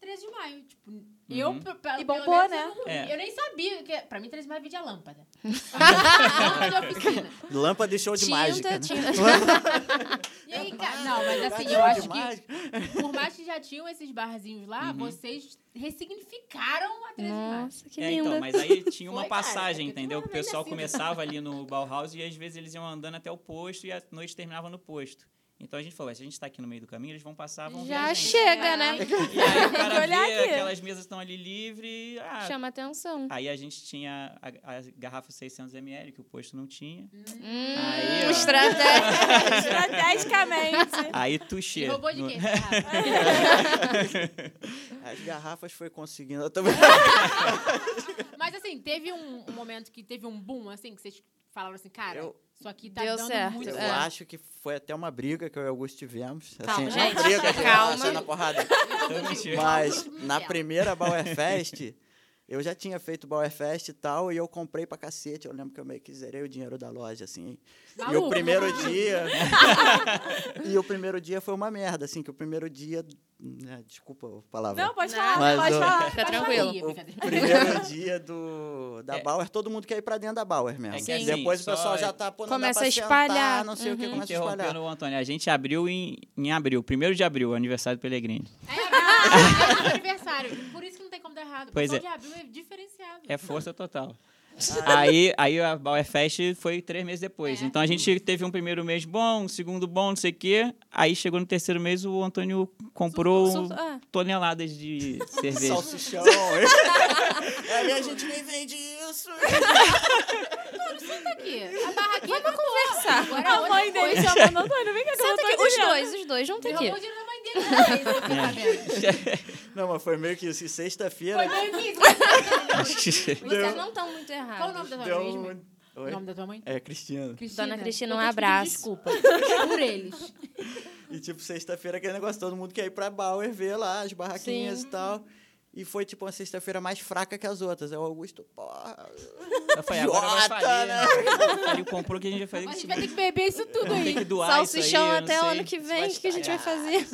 13 de maio. Tipo, eu, pe- pe- E pelo bombou, menos, né? Eu, não- É. eu nem sabia. Que, pra mim, 13 de maio é vídeo a [LAUGHS] lâmpada. lâmpada de oficina. Lâmpada de show de mágica. Tinta, né? tinta. E aí, cara, não, mas assim, Show eu de acho que mágica. por mais que já tinham esses barzinhos lá, vocês ressignificaram a 13 de maio. Nossa, que é, então, linda. mas aí tinha uma Foi, cara, passagem, porque tu entendeu? Que o não era pessoal nascido. começava ali no Bauhaus e às vezes eles iam andando até o posto e a noite terminava no posto. Então a gente falou, "Ué, se a gente tá aqui no meio do caminho, eles vão passar, vão ver Já a gente." chega, né? E [LAUGHS] aí o Tem que cara olhar vê, aqui. aquelas mesas estão ali livres. Ah, Chama atenção. aí a gente tinha a, a garrafa 600ml, que o posto não tinha. Uhum. Hum, Aí, ó. estratégia. Estrategicamente. Aí E tuxê. roubou de No- quem? Ah, As garrafas foi conseguindo. Eu também. Mas assim, teve um, um momento que teve um boom, assim, que vocês falaram assim, cara, [LAUGHS] Eu- isso aqui tá Deu dando certo. muito Eu É. certo. acho que foi até uma briga que eu e o Augusto tivemos. Calma, assim, gente, uma briga que calma. na porrada. Eu tô Eu contigo. menti. Mas tipo, na É. [LAUGHS] primeira Bauer Fest, Eu já tinha feito Bauer Fest e tal, e eu comprei pra cacete. Eu lembro que eu meio que zerei o dinheiro da loja, assim. E o Maluco. É, primeiro [LAUGHS] dia. [LAUGHS] e o primeiro dia foi uma merda, assim, que o primeiro dia. né, Desculpa a palavra. Não, pode falar, Mas pode o- falar. Fica pode falar. tranquilo. Maria, O brincadeira. primeiro dia do, da É. Bauer, todo mundo quer ir pra dentro da Bauer mesmo. É que assim, Depois o só pessoal já tá pô, não dá Começa pra a sentar, espalhar. não sei o que, Uhum. começa a espalhar. Interrompendo o Antônio, a gente abriu em, em abril, primeiro de abril, aniversário do Pellegrini. É, é, é, é aniversário. Por isso que não tem como dar errado. Pois o é. pessoal de abril é diferenciado. É força total. aí, aí a Bauer Fest foi três meses depois. É. Então a gente teve um primeiro mês bom, um segundo bom, não sei o quê. Aí chegou no terceiro mês, o Antônio comprou um Surtou, ah. toneladas de cerveja. Salsichão. [LAUGHS] Aí a gente nem vende isso. Senta Tá aqui. A barraquinha Vamos conversar. Agora A mãe outra dele coisa. chamando Antônio, vem cá que eu Senta tô aqui os agoniada. dois, os dois, junta Ele aqui. roubou o dinheiro da mãe dele. né? Isso que É. tá vendo. Não, mas foi meio que assim, sexta-feira. Foi meio que isso. Vocês não estão muito Qual o errados. nome da tua Deu mãe? um- mesmo? O Oi? nome da tua mãe? É, Cristiano. Dona Cristina, eu um tô te pedindo abraço. Desculpa. Por eles. E, tipo, sexta-feira, aquele negócio, todo mundo quer ir pra Bauer ver lá as barraquinhas e tal. E foi, tipo, uma sexta-feira mais fraca que as outras. É o Augusto, porra. [LAUGHS] Eu falei, agora vai Idiota, falir. né?" Ele comprou o que a gente vai fazer A com isso. gente vai ter que beber isso tudo Tem que aí. doar Salsichão isso aí, eu não até o sei. ano que vem, o que a gente vai fazer?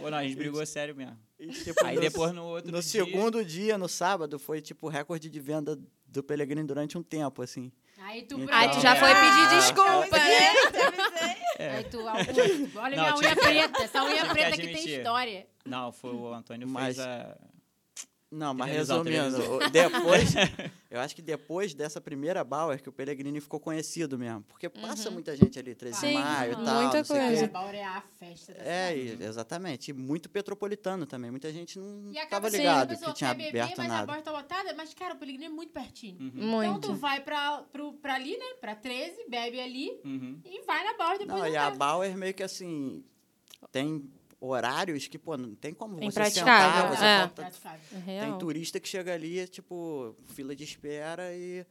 Ou não, a gente brigou sério mesmo. E, tipo, Aí no- depois no outro No dia- segundo dia, no sábado, foi, tipo, recorde de venda do Pellegrini durante um tempo, assim. Aí tu, Então, Aí tu já É. foi Ah, pedir Desculpa, desculpa, né? né? É. Aí tu, [LAUGHS] Augusto, olha Não, minha tinha unha que- preta. Essa unha tinha que preta aqui tem admitir. história. Não, foi o Antônio Mas- fez a... Não, mas Televisão, resumindo, o- depois, [LAUGHS] eu acho que depois dessa primeira Bauer que o Pellegrini ficou conhecido mesmo, porque passa Uhum. muita gente ali, 13 de Sim, maio e muita tal. não sei o quê. coisa. A Baura é a festa da É, cidade. e- exatamente. E muito petropolitano também. Muita gente não E acaba tava sendo ligado a pessoa que tinha quer aberto beber, mas a nada. borda tá lotada. Mas, cara, o Pellegrini é muito pertinho. Uhum, Então tu Muito. vai pra, pro, pra ali, né? Pra 13, bebe ali Uhum. e vai na borda depois tá. Não, e a volta. Bauer meio que assim, tem horários que, pô, não tem como você sentar. Ah, Impraticável, Você é. falta- praticável. Tem Real. turista que chega ali, é tipo, fila de espera e...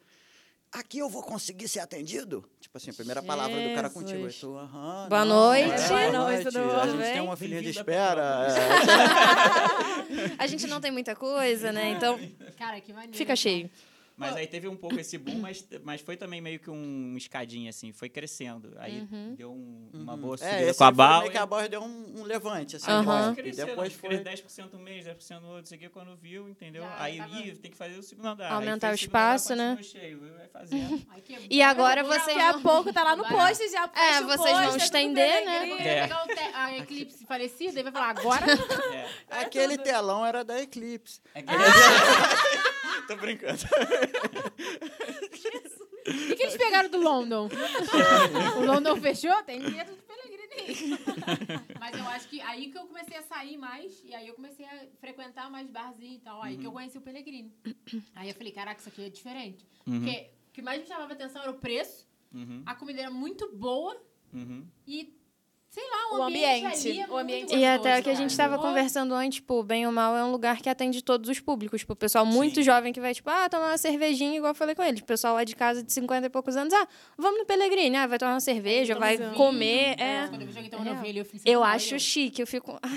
Aqui eu vou conseguir ser atendido? Tipo assim, a primeira palavra do cara contigo. Eu Jesus. tô, aham, Boa não, noite. é, Boa boa noite, noite. tudo A bom? gente tem Bem? uma filinha de Bem-vindo à espera. Petrópolis. é. A gente não tem muita coisa, né? Então Cara, que maneiro. né? fica cheio. Mas aí teve um pouco esse boom, [COUGHS] mas, mas foi também meio que um escadinho, assim, foi crescendo. Aí Uhum. deu um- uma boa subida É, esse com foi a meio bala. que a Bauer deu um, um levante, assim. Aham. bom, Aí E cresceram, depois cresceram foi... 10% um mês, 10% no outro, não sei o que, quando viu, entendeu? Já, aí tava- ih, tem que fazer o segundo andar. Aumentar Aí fez o segundo andar, espaço, continua né? cheio, [LAUGHS] vai fazendo. Ai, que E agora bom. você- Daqui a pouco tá lá no Vai lá. post já. posta É, o vocês post, vão é tudo estender, né? alegria. Vai É. pegar o te- a eclipse falecida e vai falar agora. É. Aquele telão era da Eclipse. É que- [LAUGHS] Tô [LAUGHS] brincando. O que, que eles pegaram do London? o London fechou? Tem medo do Pellegrini. Mas eu acho que aí que eu comecei a sair mais, e aí eu comecei a frequentar mais barzinho e tal. Aí que eu conheci o Pellegrini. Aí eu falei, caraca, isso aqui é diferente. Porque o que mais me chamava atenção era o preço, Uhum, a comida era muito boa uhum. e, sei lá, o, O ambiente, ambiente, ali é o muito ambiente E gostoso, até o que a gente cara. estava Pô, conversando antes, tipo, bem ou mal é um lugar que atende todos os públicos. Tipo, o pessoal muito Sim. jovem que vai, tipo, ah, tomar uma cervejinha, igual eu falei com eles. O pessoal lá de casa de 50 e poucos anos, ah, vamos no Pelegrini, ah, vai tomar uma cerveja, vai vinho. comer. Nossa, É. Quando eu joguei tomando Real. vinho, eu fiz Eu acho chique, eu fico. "Ah,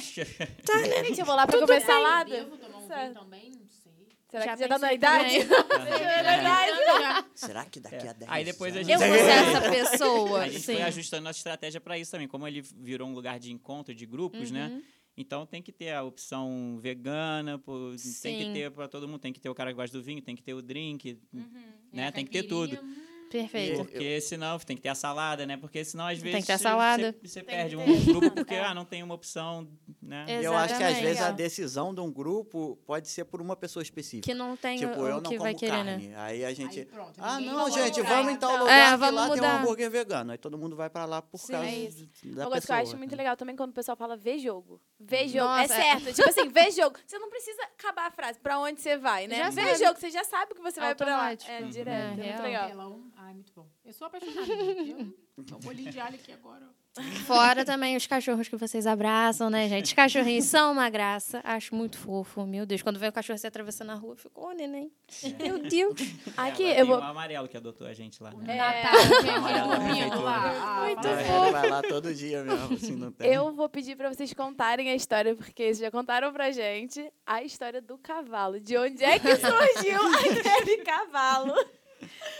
tá, né?" "Ai, Gente, eu vou lá pra comer salada. Eu devo tomar um Certo. vinho também, não sei. Será Já que já tá na pensei idade? também. [LAUGHS] É verdade. Será que daqui a 10 É. Aí depois a anos- gente- [LAUGHS] Eu vou ser essa A pessoa. gente Sim. foi ajustando nossa estratégia para isso também. Como ele virou um lugar de encontro de grupos, Uhum. né? Então tem que ter a opção vegana, pô, tem Sim. Uhum. que ter para todo mundo, tem que ter o cara que gosta do vinho, tem que ter o drink, É, né? Tem que ter tudo. Caipirinha, hum, Perfeito. Porque senão tem que ter a salada, né? Porque senão às Tem vezes que ter a você- salada. você, você que ter. perde um grupo [LAUGHS] porque ah, não tem uma opção, né? É. E Eu acho que às Exatamente. vezes a Legal. decisão de um grupo pode ser por uma pessoa específica. Que não tem tipo, o eu não que como vai querer, né? carne. Aí a gente. Aí pronto, ah, ninguém não, vai gente, comprar, vamos em tal então." lugar É, que vamos lá tem um mudar. hambúrguer vegano. Aí todo mundo vai pra lá por Sim, causa é da Uma pessoa. né? coisa que eu acho muito legal também é quando o pessoal fala vê jogo. Vê jogo. é Nossa, é. certo. Tipo assim, vê jogo. Você não precisa acabar a frase pra onde você vai, né? Já vê sabe. jogo, você já sabe que você vai pra lá. Automático. É, direto. É, É, muito real. legal. Pelão, ah, Ai, muito bom. Eu sou apaixonada. gente. Eu tô com um olhinho de alho aqui agora. [LAUGHS] Fora também os cachorros que vocês abraçam, né, gente? Os cachorrinhos são uma graça. Acho muito fofo. Meu Deus, quando vem o cachorro se atravessando a rua, eu fico, ô, neném. Meu [LAUGHS] Deus. Aqui, eu Ela É, tem vou. o amarelo que adotou a gente lá. É, Né? Natal, um Amarelo, gente, dormindo muito lá. Muito Ah, Ah, vai. ele vai lá todo dia mesmo, assim, não tem. Eu vou pedir pra vocês contarem a história, porque vocês já contaram pra gente a história do cavalo. De onde é [LAUGHS] que surgiu aquele cavalo?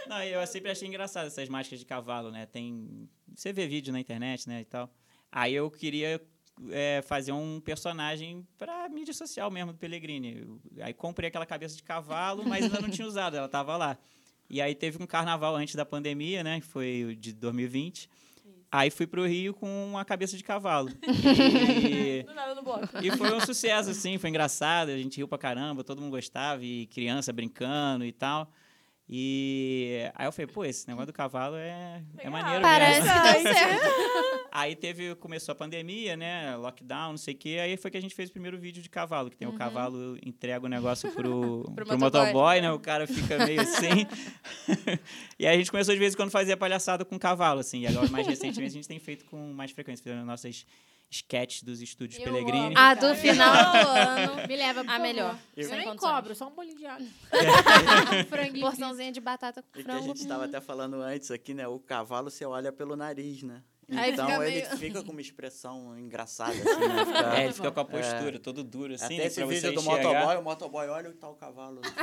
Não, eu sempre achei engraçado essas máscaras de cavalo, né? Tem. Você vê vídeo na internet, né? E tal. Aí eu queria é, fazer um personagem pra mídia social mesmo do Pellegrini. Eu- Aí comprei aquela cabeça de cavalo, mas ainda não tinha usado, ela tava lá. E aí teve um carnaval antes da pandemia, né? que Foi o de 2020. Aí fui pro Rio com uma cabeça de cavalo. E- Do nada no bloco. E foi um sucesso, assim, foi engraçado, a gente riu pra caramba, todo mundo gostava, e criança brincando e tal. E aí eu falei, pô, esse negócio do cavalo é, é Legal. maneiro Parece mesmo. que deu [LAUGHS] certo. Aí teve, começou a pandemia, né, lockdown, não sei o quê, aí foi que a gente fez o primeiro vídeo de cavalo, que tem o cavalo, eu entrega o negócio pro, motoboy. pro, motoboy, né, o cara fica meio assim. [LAUGHS] e aí a gente começou de vez em quando a fazer a palhaçada com cavalo, assim, e agora mais recentemente a gente tem feito com mais frequência, fizemos nossas sketches dos estúdios Eu Pellegrini. amo. A do [LAUGHS] final do ano. Me leva, por favor. A Ah, melhor. Eu Sem nem condições. cobro, só um bolinho de alho. [LAUGHS] Um franguinho. Porçãozinha de batata com E que a frango. gente tá, estava até falando antes aqui, né? O cavalo você olha pelo nariz, né? Aí Então fica ele meio- fica com uma expressão engraçada, assim, né? Fica- É, ele fica com a postura, todo duro, assim, até né, esse pra vídeo você do enxergar. É, motoboy, o motoboy olha o tal cavalo. [LAUGHS]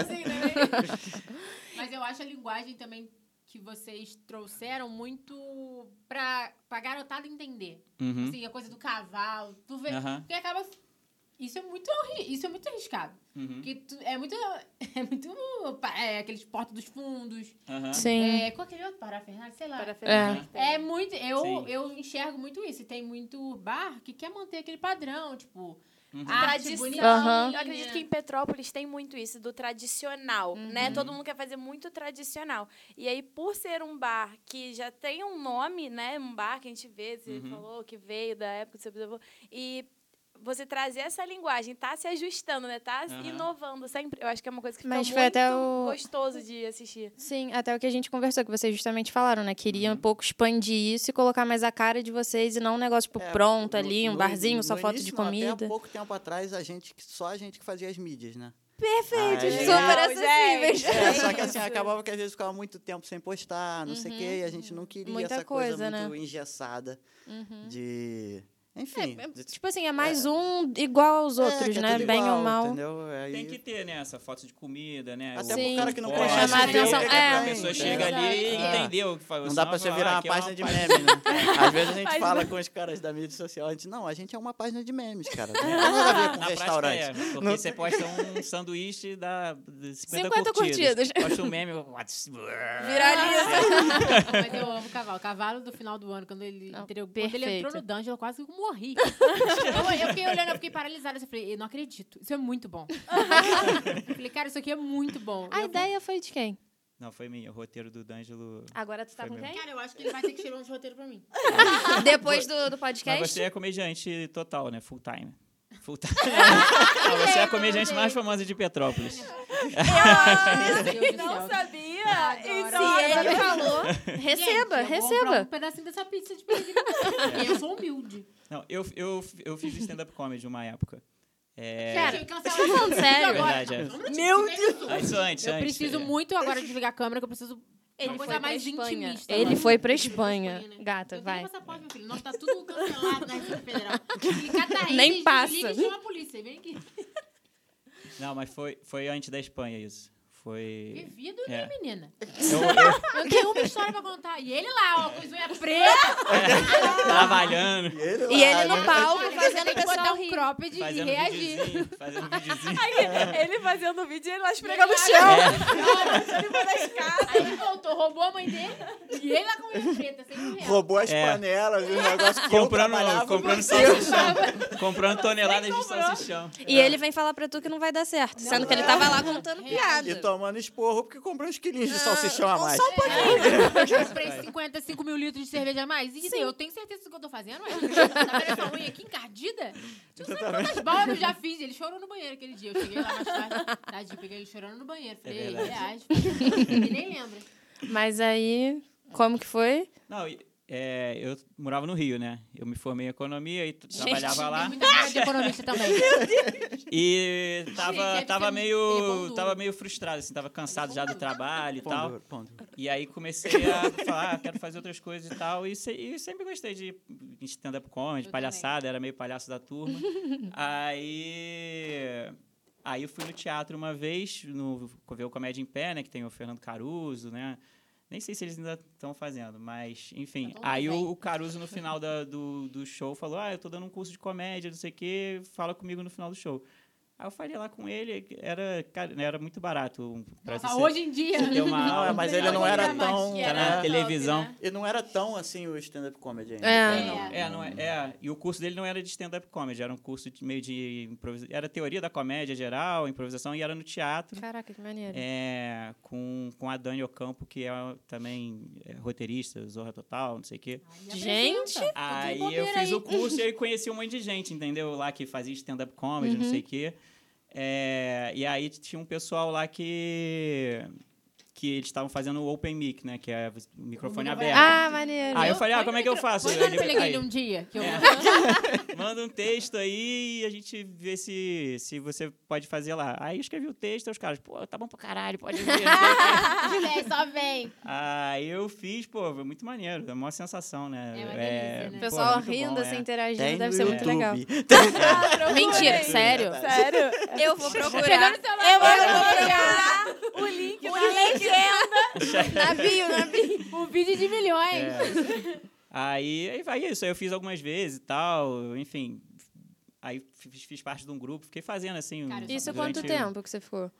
Assim, né? Mas eu acho a linguagem também que vocês trouxeram muito pra, pra garotada entender. Hum? Uhum. Assim, a coisa do cavalo. Tu vê. Aham. Porque acaba. Isso é muito, arri- isso é muito arriscado. Hum. Uhum. Porque tu- é muito. [LAUGHS] É muito. pa- É, aqueles portos dos fundos. Aham. né? Sim. É, qual aquele outro? Parafernália, sei lá. É. É muito. Eu, Sim. eu enxergo muito isso. E tem muito bar que quer manter aquele padrão, tipo. Uhum. Ah, Arte Tradição. bonita, Aham. Eu acredito que em Petrópolis tem muito isso, do tradicional, né? Uhum. Todo mundo quer fazer muito tradicional. E aí, por ser um bar que já tem um nome, né? Um bar que a gente vê, você Uhum. falou, que veio da época do seu bisavô. E você trazer essa linguagem, tá se ajustando, né? Tá Aham. inovando sempre. Eu acho que é uma coisa que fica Mas muito foi até o- gostoso de assistir. É. Sim, até o que a gente conversou, que vocês justamente falaram, né? Queria Uhum. um pouco expandir isso e colocar mais a cara de vocês e não um negócio tipo, É, pronto no- ali, um no- barzinho, no só foto início, de não, Até comida. há pouco tempo atrás, a gente, que- só a gente que fazia as mídias, né? Perfeito, Ah, é super legal, acessíveis. gente. É, só que assim, acabava que às vezes ficava muito tempo sem postar, não sei o quê, e a gente não queria Uhum. Muita essa coisa, coisa, né? Uhum. muito engessada de. Enfim. É, tipo assim, é mais um igual aos outros, é, né? tudo Bem igual, ou mal. Entendeu? Aí- Tem que ter, né, essa foto de comida, né? Até o- Sim. pro cara que não Pode. presta Chamar atenção, atenção, o que que é é. A pra mim, pessoa entendeu? chega ali e É. entendeu o que é faz. Não dá pra você virar uma página de merda. meme, né? Às vezes a gente Mas fala não- com os caras da mídia social, a gente, não, a gente é uma página de memes, cara. Não tem É. nada a ver com [LAUGHS] Na restaurante. prática é, porque você posta um sanduíche e dá 50, 50 curtidas. Posta um [LAUGHS] meme. Viraliza. [LAUGHS] Mas eu amo o cavalo. Cavalo do final do ano, quando ele, Não, entregou- quando ele perfeito. entrou no dungeon, eu quase [LAUGHS] morri. eu, eu fiquei olhando, eu fiquei paralisada. assim, Eu falei, eu não acredito. Isso é muito bom. eu falei, cara, isso aqui é muito bom. A Eu- ideia foi de quem? Não, foi minha. O roteiro do D'Angelo. Agora tu tá com Foi meu. quem? Cara, eu acho que ele vai ter que escrever uns roteiros pra mim. Depois do, do Mas podcast? você é comediante total, né? Full time. [LAUGHS] Full time. Não, você é a comediante mais famosa de Petrópolis. É. Meu Deus do Não céu. sabia? Agora- Então, Se ele agora- falou, Gente, [LAUGHS] receba, eu vou comprar um receba. pedacinho dessa pizza de [LAUGHS] peregrino. E eu sou humilde. Não, eu, eu, eu fiz stand-up comedy uma época. É... Cara, Gente, eu você cancelo tá falando tudo sério? agora. Verdade, é. Só um minutinho, Meu que vem isso. Ah, isso antes, Eu antes. preciso muito agora desligar a câmera, que eu preciso... uma coisa mais intimista. Ele agora. foi pra Espanha. Espanha, né? Gata, Eu tenho vai. passaporte, meu filho. Nós tá tudo cancelado na Receita Federal. E Catarina, Nem desliga passa. e chama a polícia. Vem aqui. Não, mas foi, foi antes da Espanha isso. Foi. Vivido É. nem né, menina. Eu, eu Eu tenho uma história pra contar. E ele lá, ó, com as unhas [LAUGHS] pretas. trabalhando, E ele né, no palco Olha, fazendo tem o que botar pessoal um rir. cropped e fazendo reagir. videozinho, fazendo videozinho. Aí, ele fazendo o vídeo e ele lá esfregando o [LAUGHS] Pegando chão. chão. escada. Aí ele voltou, roubou a mãe dele. E ele lá com a unha preta, sem real. Roubou as É. panelas, os negócios que eu comprando, trabalhava. [LAUGHS] comprando mas- salsichão. Comprando toneladas de comprou. um. salsichão. É. E ele vem falar pra tu que não vai dar certo. Sendo que ele tava lá contando É. piada. Ah, um E tomando esporro porque comprou uns quilinhos de salsichão a mais. [LAUGHS] Eu comprei 55 mil litros de cerveja a mais. E eu tenho certeza do que eu tô fazendo, ué. [LAUGHS] Tá vendo essa unha aqui encardida? Tu sabe quantas bolas eu já fiz? Ele chorou no banheiro aquele dia. Eu cheguei lá mais tarde. Tadinho, peguei ele chorando no banheiro. Falei, É "Ei, verdade. reais. Ele nem lembra. Mas aí, como que foi? Não, e- é, eu morava no Rio, né? Eu me formei em economia e t- [LAUGHS] trabalhava lá. Tem muita cara de economista também. E Gente, tava, deve tava, ser- ele é pão meio, duro. tava meio frustrado, assim, tava cansado já do trabalho e Pão tal. duro, pão duro. E aí comecei a falar, ah, quero fazer outras coisas e tal. E, se- e sempre gostei de stand-up comedy, Eu palhaçada, era meio palhaço da [LAUGHS] turma. aí. Aí eu fui no teatro uma vez, no ver o Comédia em Pé, né? Que tem o Fernando Caruso, né? Nem sei se eles ainda estão fazendo, mas, enfim. Tá bom, Aí vem. o, o Caruso, no final [LAUGHS] da- do, do show, falou: Ah, eu tô dando um curso de comédia, não sei o quê, fala comigo no final do show. Aí eu falei lá com ele, era, cara, né, era muito barato. um- [LAUGHS] pra Nossa, você- Ah, hoje em dia. você um ter uma Não, aula. é, mas ele não era tão. Tá Tá na né? televisão. E não era tão assim o stand-up comedy ainda. né? É. É, não, é, não é, é. E o curso dele não era de stand-up comedy, era um curso de meio de improvisação. Era teoria da comédia geral, improvisação, e era no teatro. Caraca, que maneiro. É, com, com a Dani Ocampo, que é também é, roteirista, Zorra Total, não sei o quê. Gente, Aí eu Tipo, bobeira fiz aí. o curso [LAUGHS] e aí conheci um monte de gente, entendeu? Lá que fazia stand-up comedy, não sei o Uhum. quê. É, e aí tinha um pessoal lá que. que eles estavam fazendo o open mic, né? Que é o microfone microfone aberto. ah, maneiro. Ah, eu falei, ah, como é que eu faço? Põe lá no Ele- Pelegrini aí. um dia. Que eu... É. [LAUGHS] Manda um texto aí e a gente vê se, se você pode fazer lá. Aí eu escrevi o texto, aí os caras, pô, tá bom pra caralho, pode ver. [LAUGHS] Só vem, só vem. aí eu fiz, pô, foi muito maneiro, é uma sensação, né? É uma delícia, né? O pô, pessoal muito bom, rindo, é. assim, interagindo, Tem deve no ser muito YouTube. [LAUGHS] legal. Ah, Mentira, procurem. sério? Sério? Eu vou procurar. Pegando o celular. Eu vou procurar. procurar o link na legenda. Na bio, na bio. [LAUGHS] Um vídeo de milhões. É, Aí, aí vai é isso, aí eu fiz algumas vezes e tal, enfim. Aí fiz, fiz parte de um grupo, fiquei fazendo assim. Cara, um- eu Isso sou durante- quanto tempo que você ficou?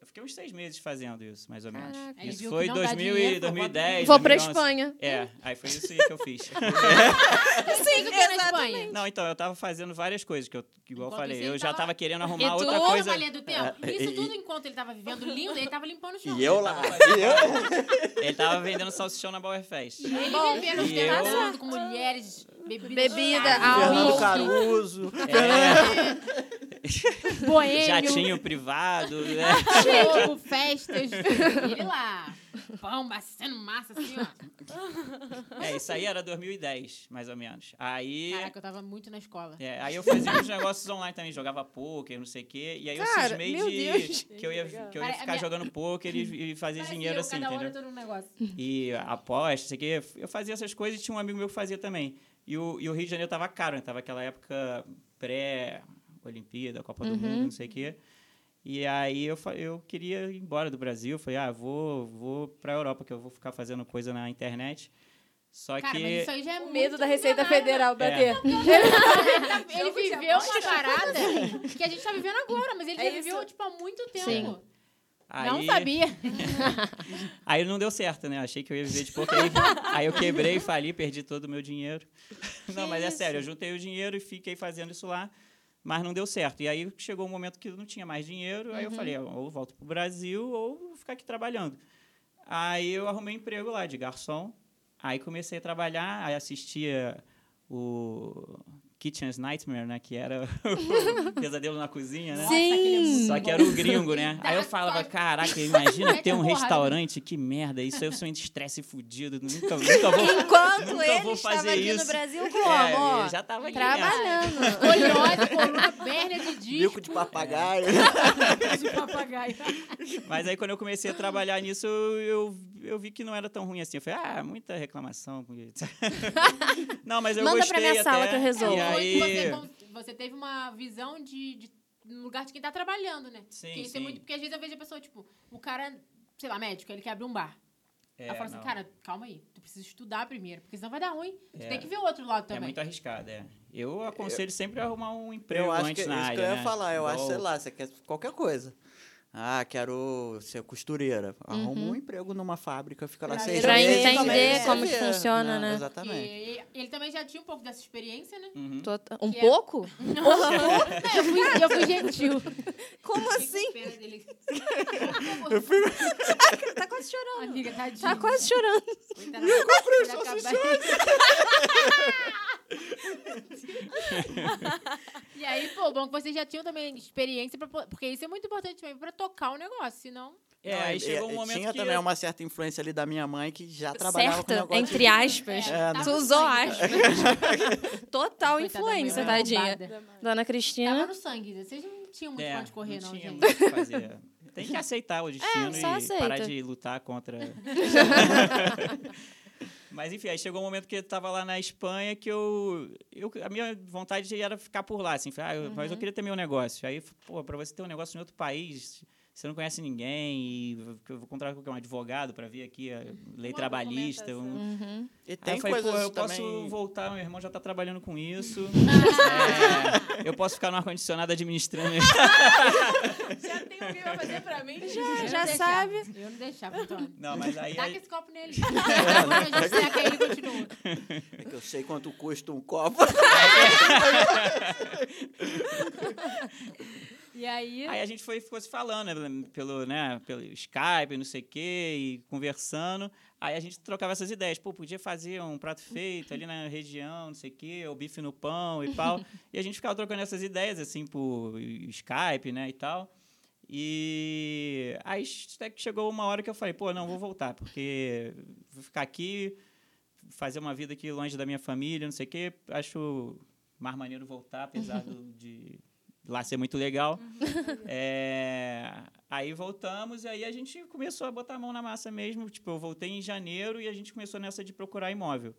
Eu fiquei uns seis meses fazendo isso, mais ou menos. Caraca. Aí Isso viu foi que em não dá 2000 dinheiro, e pô, bota- 2010. Vou pra 2011. [LAUGHS] Espanha. É, aí foi isso aí que eu [LAUGHS] fiz. Sim, que eu na Espanha. Não, então, eu tava fazendo várias coisas, que eu, que igual eu Enquanto falei. isso, ele Eu já tava- tava querendo arrumar Edu, outra Toda coisa. valia do tempo. É, Isso e- tudo enquanto ele tava vivendo lindo, ele tava limpando o chão. E eu lá. E [LAUGHS] eu... Ele tava vendendo salsichão na Bauer Fest. E Ele vivendo os E tempos eu- todo com mulheres, bebida, Bebida, Fernando álcool. Caruso. É, boêmio, jatinho privado, né? show, festas. Ele lá, pão, bacendo massa, assim, ó. É, isso aí era 2010, mais ou menos. Aí. Caraca, eu tava muito na escola. é, aí eu fazia uns negócios online também, jogava pôquer, não sei o quê. E aí eu Cara, cismei meu de Deus. que eu ia, que eu ia Pare- a ficar minha- um jogando pôquer e, e fazer Parece dinheiro eu, assim, cada hora entendeu? eu tô num negócio. e aposta, não sei o quê. Eu fazia essas coisas e tinha um amigo meu que fazia também. E o, e o Rio de Janeiro tava caro, né? Tava aquela época pré-Olimpíada, Copa do Mundo, não sei o quê. Uhum. E aí eu, fa- eu queria ir embora do Brasil. Eu Falei, ah, vou, vou pra Europa, que eu vou ficar fazendo coisa na internet. Só Cara, que... mas isso aí já é muito Medo da Receita milionário, né? Federal bater. bater. [LAUGHS] Ele viveu uma parada que a gente tá vivendo agora, mas ele É já viveu, isso. tipo, há muito tempo. Sim. aí, né? Não sabia. Aí não deu certo, né? Eu achei que eu ia viver de pouco. Aí, aí eu quebrei, fali, perdi todo o meu dinheiro. não, mas é sério, eu juntei o dinheiro e fiquei fazendo isso lá, mas não deu certo. E aí chegou um momento que eu não tinha mais dinheiro, aí eu falei, "Ah, ou volto pro Brasil ou vou ficar aqui trabalhando. Aí eu arrumei um emprego lá de garçom. Aí comecei a trabalhar, aí assistia o Kitchen's Nightmare, né? Que era [LAUGHS] o pesadelo na cozinha, né? Nossa, aquele é muito Só que bom. era o gringo, né? Aí eu falava, caraca, imagina ter um Porrada. restaurante, que merda, isso aí eu sou um estresse fudido, nunca, nunca vou... [LAUGHS] Enquanto Nunca ele vou estava fazer aqui no isso. Brasil, como? É, ó, eu já tava aqui, né? trabalhando. [LAUGHS] Oleosa, coluna, perna de disco Bico de papagaio. É. de papagaio. Mas aí quando eu comecei a trabalhar nisso, eu, eu vi que não era tão ruim assim. Eu falei, ah, muita reclamação. porque- [LAUGHS] não, mas eu Manda pra gostei minha até. sala que eu resolvo. E Foi aí... você, con- você teve uma visão de, de- no lugar de quem tá trabalhando, né? Sim, Porque isso é sim. muito- porque às vezes eu vejo a pessoa, tipo, o cara, sei lá, médico, ele quer abrir um bar. É, Aí eu falo não, assim, cara, calma aí, tu precisa estudar primeiro, porque senão vai dar ruim. Tu É. tem que ver o outro lado É também. muito arriscado, é. Eu aconselho sempre a arrumar um emprego [LAUGHS] Eu acho que antes é isso na área, que eu ia né? falar. Eu acho, Igual- sei lá, você quer qualquer coisa. Ah, quero ser costureira. Arruma um emprego numa fábrica, fica lá Pra seis Uhum. Pra meses, entender também você como vê. que funciona, Não, né? Exatamente. E ele também já tinha um pouco dessa Então, experiência, né? Uhum. Tô- Um Que é- pouco? Eu fui, eu fui gentil. Como Fiquei com assim? pena dele. Eu fui Tá quase chorando. Amiga, tadinho. Tá quase chorando. Coitada, vai só acabar. [LAUGHS] E aí, pô, bom que vocês já tinham também experiência, pra, po- porque isso é muito importante também pra tocar o negócio, senão... É, Então, aí chegou um momento Tinha que... também uma certa influência ali da minha mãe que já trabalhava Certa, com negócio entre aspas. É, não. Tu usou aspas. Total Coitada da minha influência, mãe, tadinha. arrombada. Dona Tava Cristina. no sangue, vocês não tinham muito É, pra onde correr, não, tinha gente. muito [LAUGHS] o que fazer. Tem que aceitar o destino só e aceita. parar de lutar contra. Mas enfim, aí chegou um momento que eu tava lá na Espanha que eu, eu a minha vontade era ficar por lá, assim, falei, ah, eu- mas eu queria ter meu negócio. Aí, pô, para você ter um negócio em outro país, você não conhece ninguém e eu vou contratar qualquer um advogado para vir aqui, a lei Uma trabalhista, um, documentação. E Aí tem eu falei, coisas pô, eu também... posso voltar, meu irmão já tá trabalhando com isso. Ah. É, eu posso ficar no ar-condicionado administrando. Já tem alguém pra fazer pra mim? Eu Já, não já deixava, sabe. Eu não deixava, [LAUGHS] Antônio. Não, mas aí. Taca aí esse copo [LAUGHS] nele. Agora a gente seca ele e continua. É que eu sei quanto custa um [LAUGHS] copo. E aí... aí a gente foi, ficou se falando, né, pelo, né, pelo Skype, não sei o quê, e conversando. Aí a gente trocava essas ideias. Pô, podia fazer um prato feito ali na região, não sei o quê, ou bife no pão e tal. e a gente ficava trocando essas ideias, assim, por Skype, né, e tal. E aí até que chegou uma hora que eu falei, pô, não, vou voltar, porque vou ficar aqui, fazer uma vida aqui longe da minha família, não sei o quê. Acho mais maneiro voltar, apesar do- de lá ser muito legal. É, aí voltamos e aí a gente começou a botar a mão na massa mesmo. Tipo, eu voltei em janeiro e a gente começou nessa de procurar imóvel.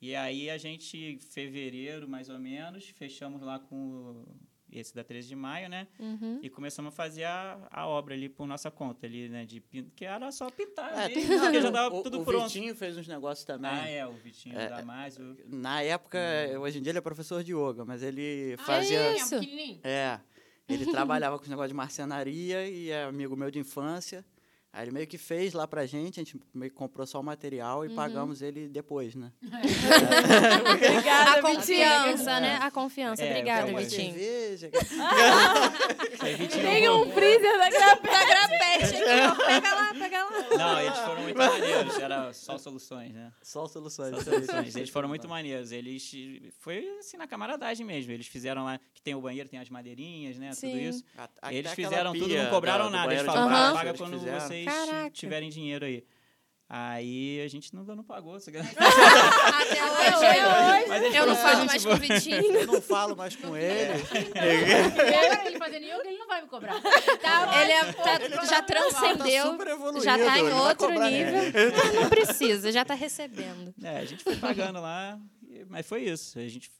E aí a gente, em fevereiro mais ou menos, fechamos lá com o- esse da 13 de maio, né? Uhum. E começamos a fazer a, a obra ali por nossa conta ali, né? De, pin- que era só pintar [LAUGHS] É, mesmo, tem- porque já [LAUGHS] tava o, tudo o pronto. Vitinho fez uns negócios também. Ah, é, Hum. o Vitinho É, da [LAUGHS] Damásio. Na época, hoje em dia ele é professor de yoga, mas ele Ah, fazia. é, isso? pequenininho. É. [LAUGHS] Ele trabalhava com os negócios de marcenaria e é amigo meu de infância. Aí ele meio que fez lá pra gente, a gente meio que comprou só o material e Uhum. pagamos ele depois, né? Obrigada, A confiança, né? A confiança. É, Obrigada, eu Uma quero Vitinho. cerveja. Aí, Vitinho Tem roubou. um freezer da Tá grapete. grapete aqui, ó. Pega lá, pega lá. é Não, eles foram muito maneiros. Era só soluções, né? [LAUGHS] Só soluções. Só soluções. Eles foram muito maneiros. Eles foi assim na camaradagem mesmo. Eles fizeram lá que tem o banheiro, tem as madeirinhas, né? Sim. Tudo isso. A- até eles aquela fizeram tudo, pia não cobraram da- do nada. Eles banheiro de falaram, "Ah, baixo, paga eles quando fizeram. vocês Caraca. tiverem dinheiro aí. Aí a gente não, não pagou. só que- Até hoje. hoje. Mas é tipo, eles Eu não foram falo gente mais com boa. o [LAUGHS] Vitinho. Eu não falo [LAUGHS] mais com ele. E [LAUGHS] agora ele fazendo yoga, ele não vai me cobrar. Tá, Ele é- tá- já Tá transcendeu. super evoluído. Já tá em ele vai outro cobrar nível. nada. Ah, Não precisa, já tá recebendo. É, a gente foi pagando lá, e- mas foi isso. A gente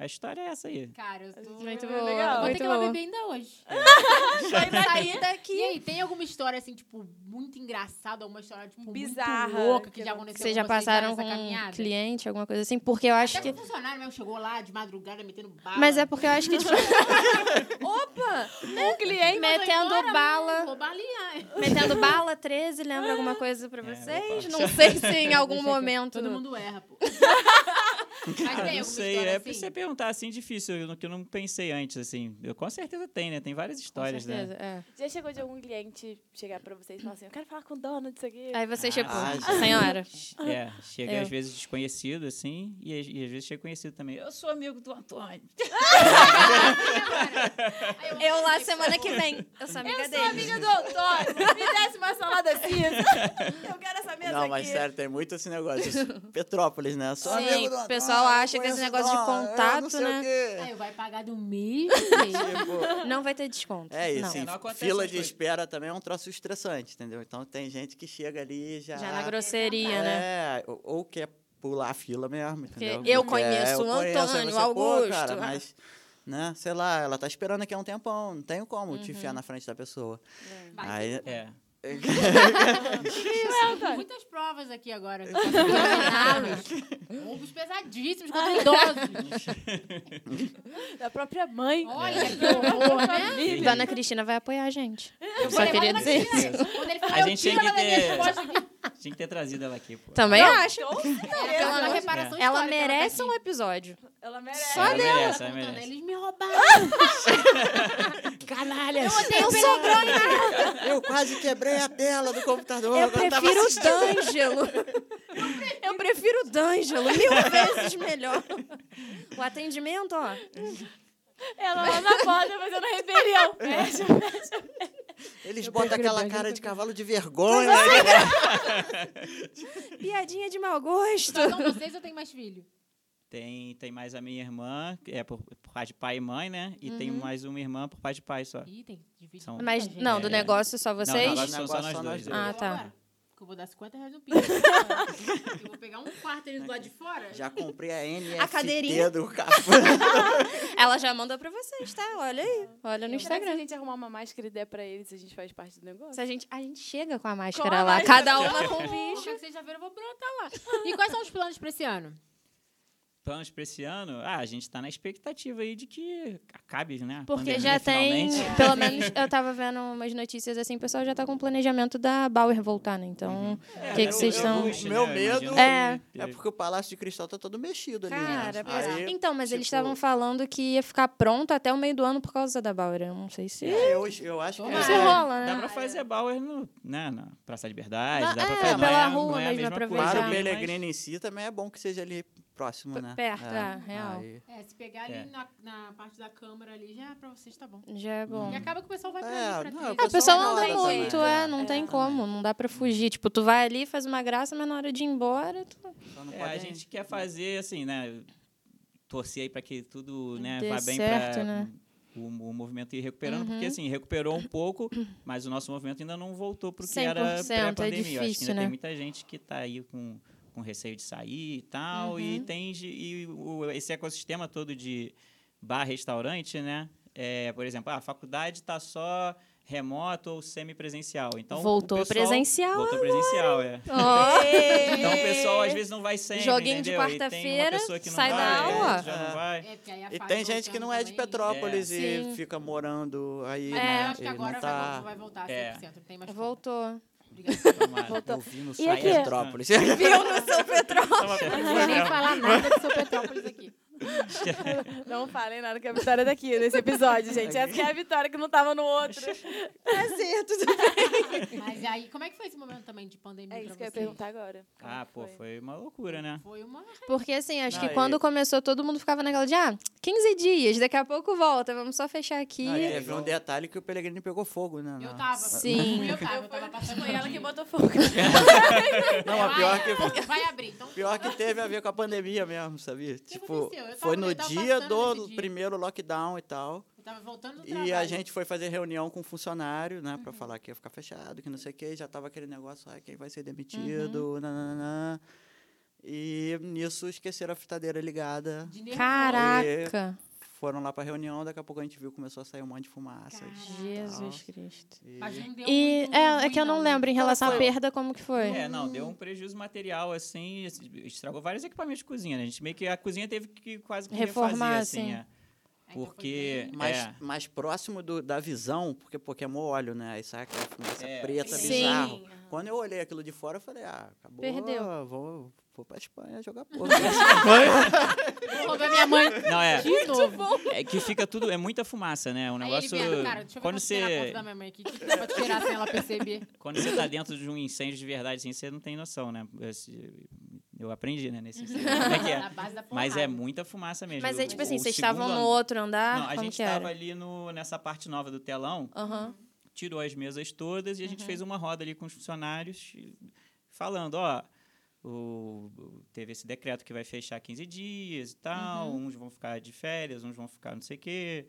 a história é essa aí. Cara, eu tô... Muito É. Legal. boa. é Vou ter Muito que ir lá boa. beber ainda hoje. Saí E daqui. aí, tem alguma história, assim, tipo, muito engraçada, alguma história, tipo, Bizarra, muito louca que que já não- aconteceu Vocês já com vocês lá passaram com nessa um caminhada? cliente, alguma coisa assim? Porque eu acho Até que. que... funcionário mesmo chegou lá de madrugada metendo bala. Mas é porque [LAUGHS] eu acho que, [LAUGHS] tipo, Opa! Um cliente. Mandou metendo embora, bala. Vou balear. metendo bala 13, lembra alguma coisa pra É, vocês? opa. não sei se em algum Deixa que momento. Todo mundo erra, [LAUGHS] pô. Ah, Mas tem alguma não sei, história é assim? pra você perguntar assim difícil, eu, não- que eu não pensei antes assim. Eu com certeza tem, né? Tem várias Com histórias, né? certeza, é. Já chegou de algum cliente chegar pra vocês e falar assim, eu quero falar com o dono disso aqui. Aí vocês, tipo, Ah, gente. senhora. É, chega Eu. às vezes desconhecido, assim, e, às- e às vezes chega conhecido também. Eu sou amigo do Antônio. Aí eu- Eu lá semana que vem. Eu sou amiga Eu sou dele. amiga do Antônio. Me desce uma salada cinza. [LAUGHS] Eu quero essa mesa Não, aqui. mas sério, tem muito esse negócio. [LAUGHS] Isso, Petrópolis, né? Só Sim, amigo do o pessoal Antônio, acha que esse conheço o negócio de Antônio, eu contato, não sei o né? quê. Aí Ah, eu vai pagar do [LAUGHS] mesmo jeito. Tipo, Não vai ter desconto. é isso. Não. É, em não acontece fila essas de coisas. espera também é um troço estressante, entendeu? Então tem gente que chega ali e já. Já na grosseria, né? Ah, É, ou, ou quer pular a fila mesmo, entendeu? eu Porque conheço o conheço, aí Antônio, você, o Pô, cara, Augusto. mas, né, sei lá, ela tá esperando aqui há um tempão, não tenho como te Uhum. enfiar na frente da pessoa. Vai. Aí, É. É. Tem muitas provas aqui [LAUGHS] agora. Ombros pesadíssimos contra [LAUGHS] idosos. Da própria mãe. Olha É. que horror, né? Família. Dona Cristina vai apoiar a gente. Eu Só vou levar queria ela na dizer criança. Quando ele falar, A eu gente tiro tem que ela da minha ter- resposta aqui. Tinha que ter trazido ela aqui, pô. Também Não, acho. com É certeza. pelo pela amor de reparação histórica Ela ela tá merece aqui. um episódio. Ela merece. Só Ela dela. merece, ela Contando, merece. Eles me Ah! roubaram. Canalha. Eu sobrou Eu quase quebrei a tela do computador. Eu agora tava assim. prefiro o assistindo. D'Angelo. Eu prefiro o D'Angelo. Mil vezes melhor. O atendimento, ó. Ela lá na porta fazendo rebelião. Fecha, fecha. Eles Eu botam prefiro o aquela D'Angelo cara de porque- cavalo de vergonha. né? Piadinha de mau gosto. Só são Então, vocês ou tem mais filho? Tem, tem mais a minha irmã, que é por, por parte de pai e mãe, né? E tem Uhum. mais uma irmã por parte de pai só. Ih, tem. Divide. São- Mas, Gente, não, do É. negócio só vocês. Não, não, agora Negócio são só nós dois. dois. né? Ah, tá. agora, Que eu vou dar 50 reais no pix. Eu vou pegar um quarto ali do lado de fora. né? Já comprei a NFT cadeirinha. do carro. é- Ela já mandou pra vocês, tá? Olha aí. Olha no Será que se a Instagram. gente arrumar uma máscara e der pra eles, a gente faz parte do negócio? Se a, gente, a gente chega com a máscara Com a lá. máscara. Cada uma com um Bicho, bicho. que vocês já viram, eu vou brotar lá. E quais são os planos pra esse ano? Planos pra esse ano? Ah, a gente tá na expectativa aí de que acabe, né? a Porque pandemia, já tem, finalmente. pelo menos eu tava vendo umas notícias assim, o pessoal já tá com o planejamento da Bauer voltar, né? Então, o que, É, que eu- vocês eu estão. gosto, Meu né? medo- Imagino É. que- É porque o Palácio de Cristal tá todo mexido ali. Cara, né? pois é. Aí, então, mas eles tipo, estavam falando que ia ficar pronto até o meio do ano por causa da Bauer. Eu não sei se. é, eu, eu acho que Tomara. se é. rola, Dá né? pra fazer Bauer no, né, na Praça da Liberdade, Na- dá pra é, fazer... não pela é- não rua é mesmo, a mesma coisa, aproveitar. Claro, o mas- Pellegrino em si também é bom que seja ali próximo, né? Perto, é, real. Aí- É, se pegar ali É. na, na parte da câmera ali, já pra vocês tá bom. Já é bom. E acaba que o pessoal vai pra É, ali, pra não, trilha. o Ah, o pessoal Só na anda hora também, muito, né? é, não É, tem também. como, não dá pra fugir. Tipo, tu vai ali, faz uma graça, mas na hora de ir embora, [LAUGHS] tu... Só então não É, pode a nem- gente quer fazer, assim, né? Torcer aí pra que tudo né, Dê vá bem certo, pra né? Uhum. o, o movimento ir recuperando, porque, assim, recuperou um pouco, mas o nosso movimento ainda não voltou pro que era 100%, é pré-pandemia. Eu Acho que difícil, ainda né? tem muita gente que tá aí com, com receio de sair e tal, Uhum. e tem ge- e o- esse ecossistema todo de bar, restaurante, né? É, por exemplo, a faculdade tá só remoto ou semipresencial. Então, o Voltou pessoal- presencial Voltou presencial, é. Ó, Então o pessoal às vezes não vai sempre. Joguinho de entendeu? E tem uma quarta-feira, pessoa que não sai da vai, aula. é, Já É. não vai. É, porque aí a E fase um tem gente que voltando não é de também. Petrópolis e Sim. fica morando aí, É, né? acho que E agora não vai, tá... vol- vai voltar É. 100%. Não tem mais como. voltou. Obrigada. Tomara. Eu vi no aqui? site Petrópolis. É, [LAUGHS] Viu no seu Petrópolis? Toma Não vou nem [LAUGHS] falar nada de São Petrópolis aqui. Não falem nada que a vitória é daqui, nesse episódio, gente. Essa que é a vitória que não tava no outro. Mas aí, como é que foi esse momento também de pandemia É isso que eu pra ia vocês? perguntar agora. Como Ah, que pô, foi uma loucura, né? Foi uma... Porque assim, acho Não, que e- quando começou, todo mundo ficava naquela de, ah, 15 dias, daqui a pouco volta, vamos só fechar aqui. Aí teve um detalhe que o Pellegrini pegou fogo, né? Eu na- tava. Sim. Fui Eu tava, eu tava passando Foi ela que dia. botou fogo. Não, a pior que... Vai abrir, então. Pior que teve a ver com a pandemia mesmo, sabia? tipo, aconteceu? Eu tava- foi eu no tava dia passando do nesse dia. primeiro lockdown e tal. Eu tava voltando do trabalho. Uhum. E a gente foi fazer reunião com o funcionário, né? Pra falar que ia ficar fechado, que não sei o quê. Já tava aquele negócio, ah, quem vai ser demitido, Uhum. nananã. E nisso esqueceram a fritadeira ligada. De nervoso. Caraca. Foram lá pra reunião, daqui a pouco a gente viu, começou a sair um monte de fumaças. Caraca. Jesus Cristo. E- Mas não deu E muito é, é ruim, que eu não lembro em relação à foi- perda como que foi. É, não, deu um prejuízo material, assim, estragou vários equipamentos de cozinha, né? A gente meio que a cozinha teve que quase que Reformar, refazer, assim, assim. é. Então foi Porque. mais, é, mais próximo do- da visão, porque pô, queimou óleo, né? Aí sai aquela fumaça É. preta, Sim. bizarro. Quando eu olhei aquilo de fora, eu falei, ah, acabou. Perdeu. Vou, vou pra Espanha [LAUGHS] jogar porra. Roubou a minha mãe não, é. de novo. É que fica tudo, é muita fumaça, né? O Aí negócio. ele vieram, cara, deixa eu ver quando quanto tem na conta você. da minha mãe aqui. Que dá pra tirar sem ela perceber. Quando você tá dentro de um incêndio de verdade, assim, você não tem noção, né? Esse- Eu aprendi, né? [LAUGHS] Nesse incêndio. Como é que Na é? base da Mas porrada. é muita fumaça mesmo. Mas é tipo O- assim, o vocês segundo estavam no andar- outro andar? Não, a Ah, como gente que era? estava ali no, nessa parte nova do telão, Aham. tirou as mesas todas e Uhum. a gente fez uma roda ali com os funcionários e- falando, ó, o, o- teve esse decreto que vai fechar 15 dias e tal, Uhum. uns vão ficar de férias, uns vão ficar não sei o quê,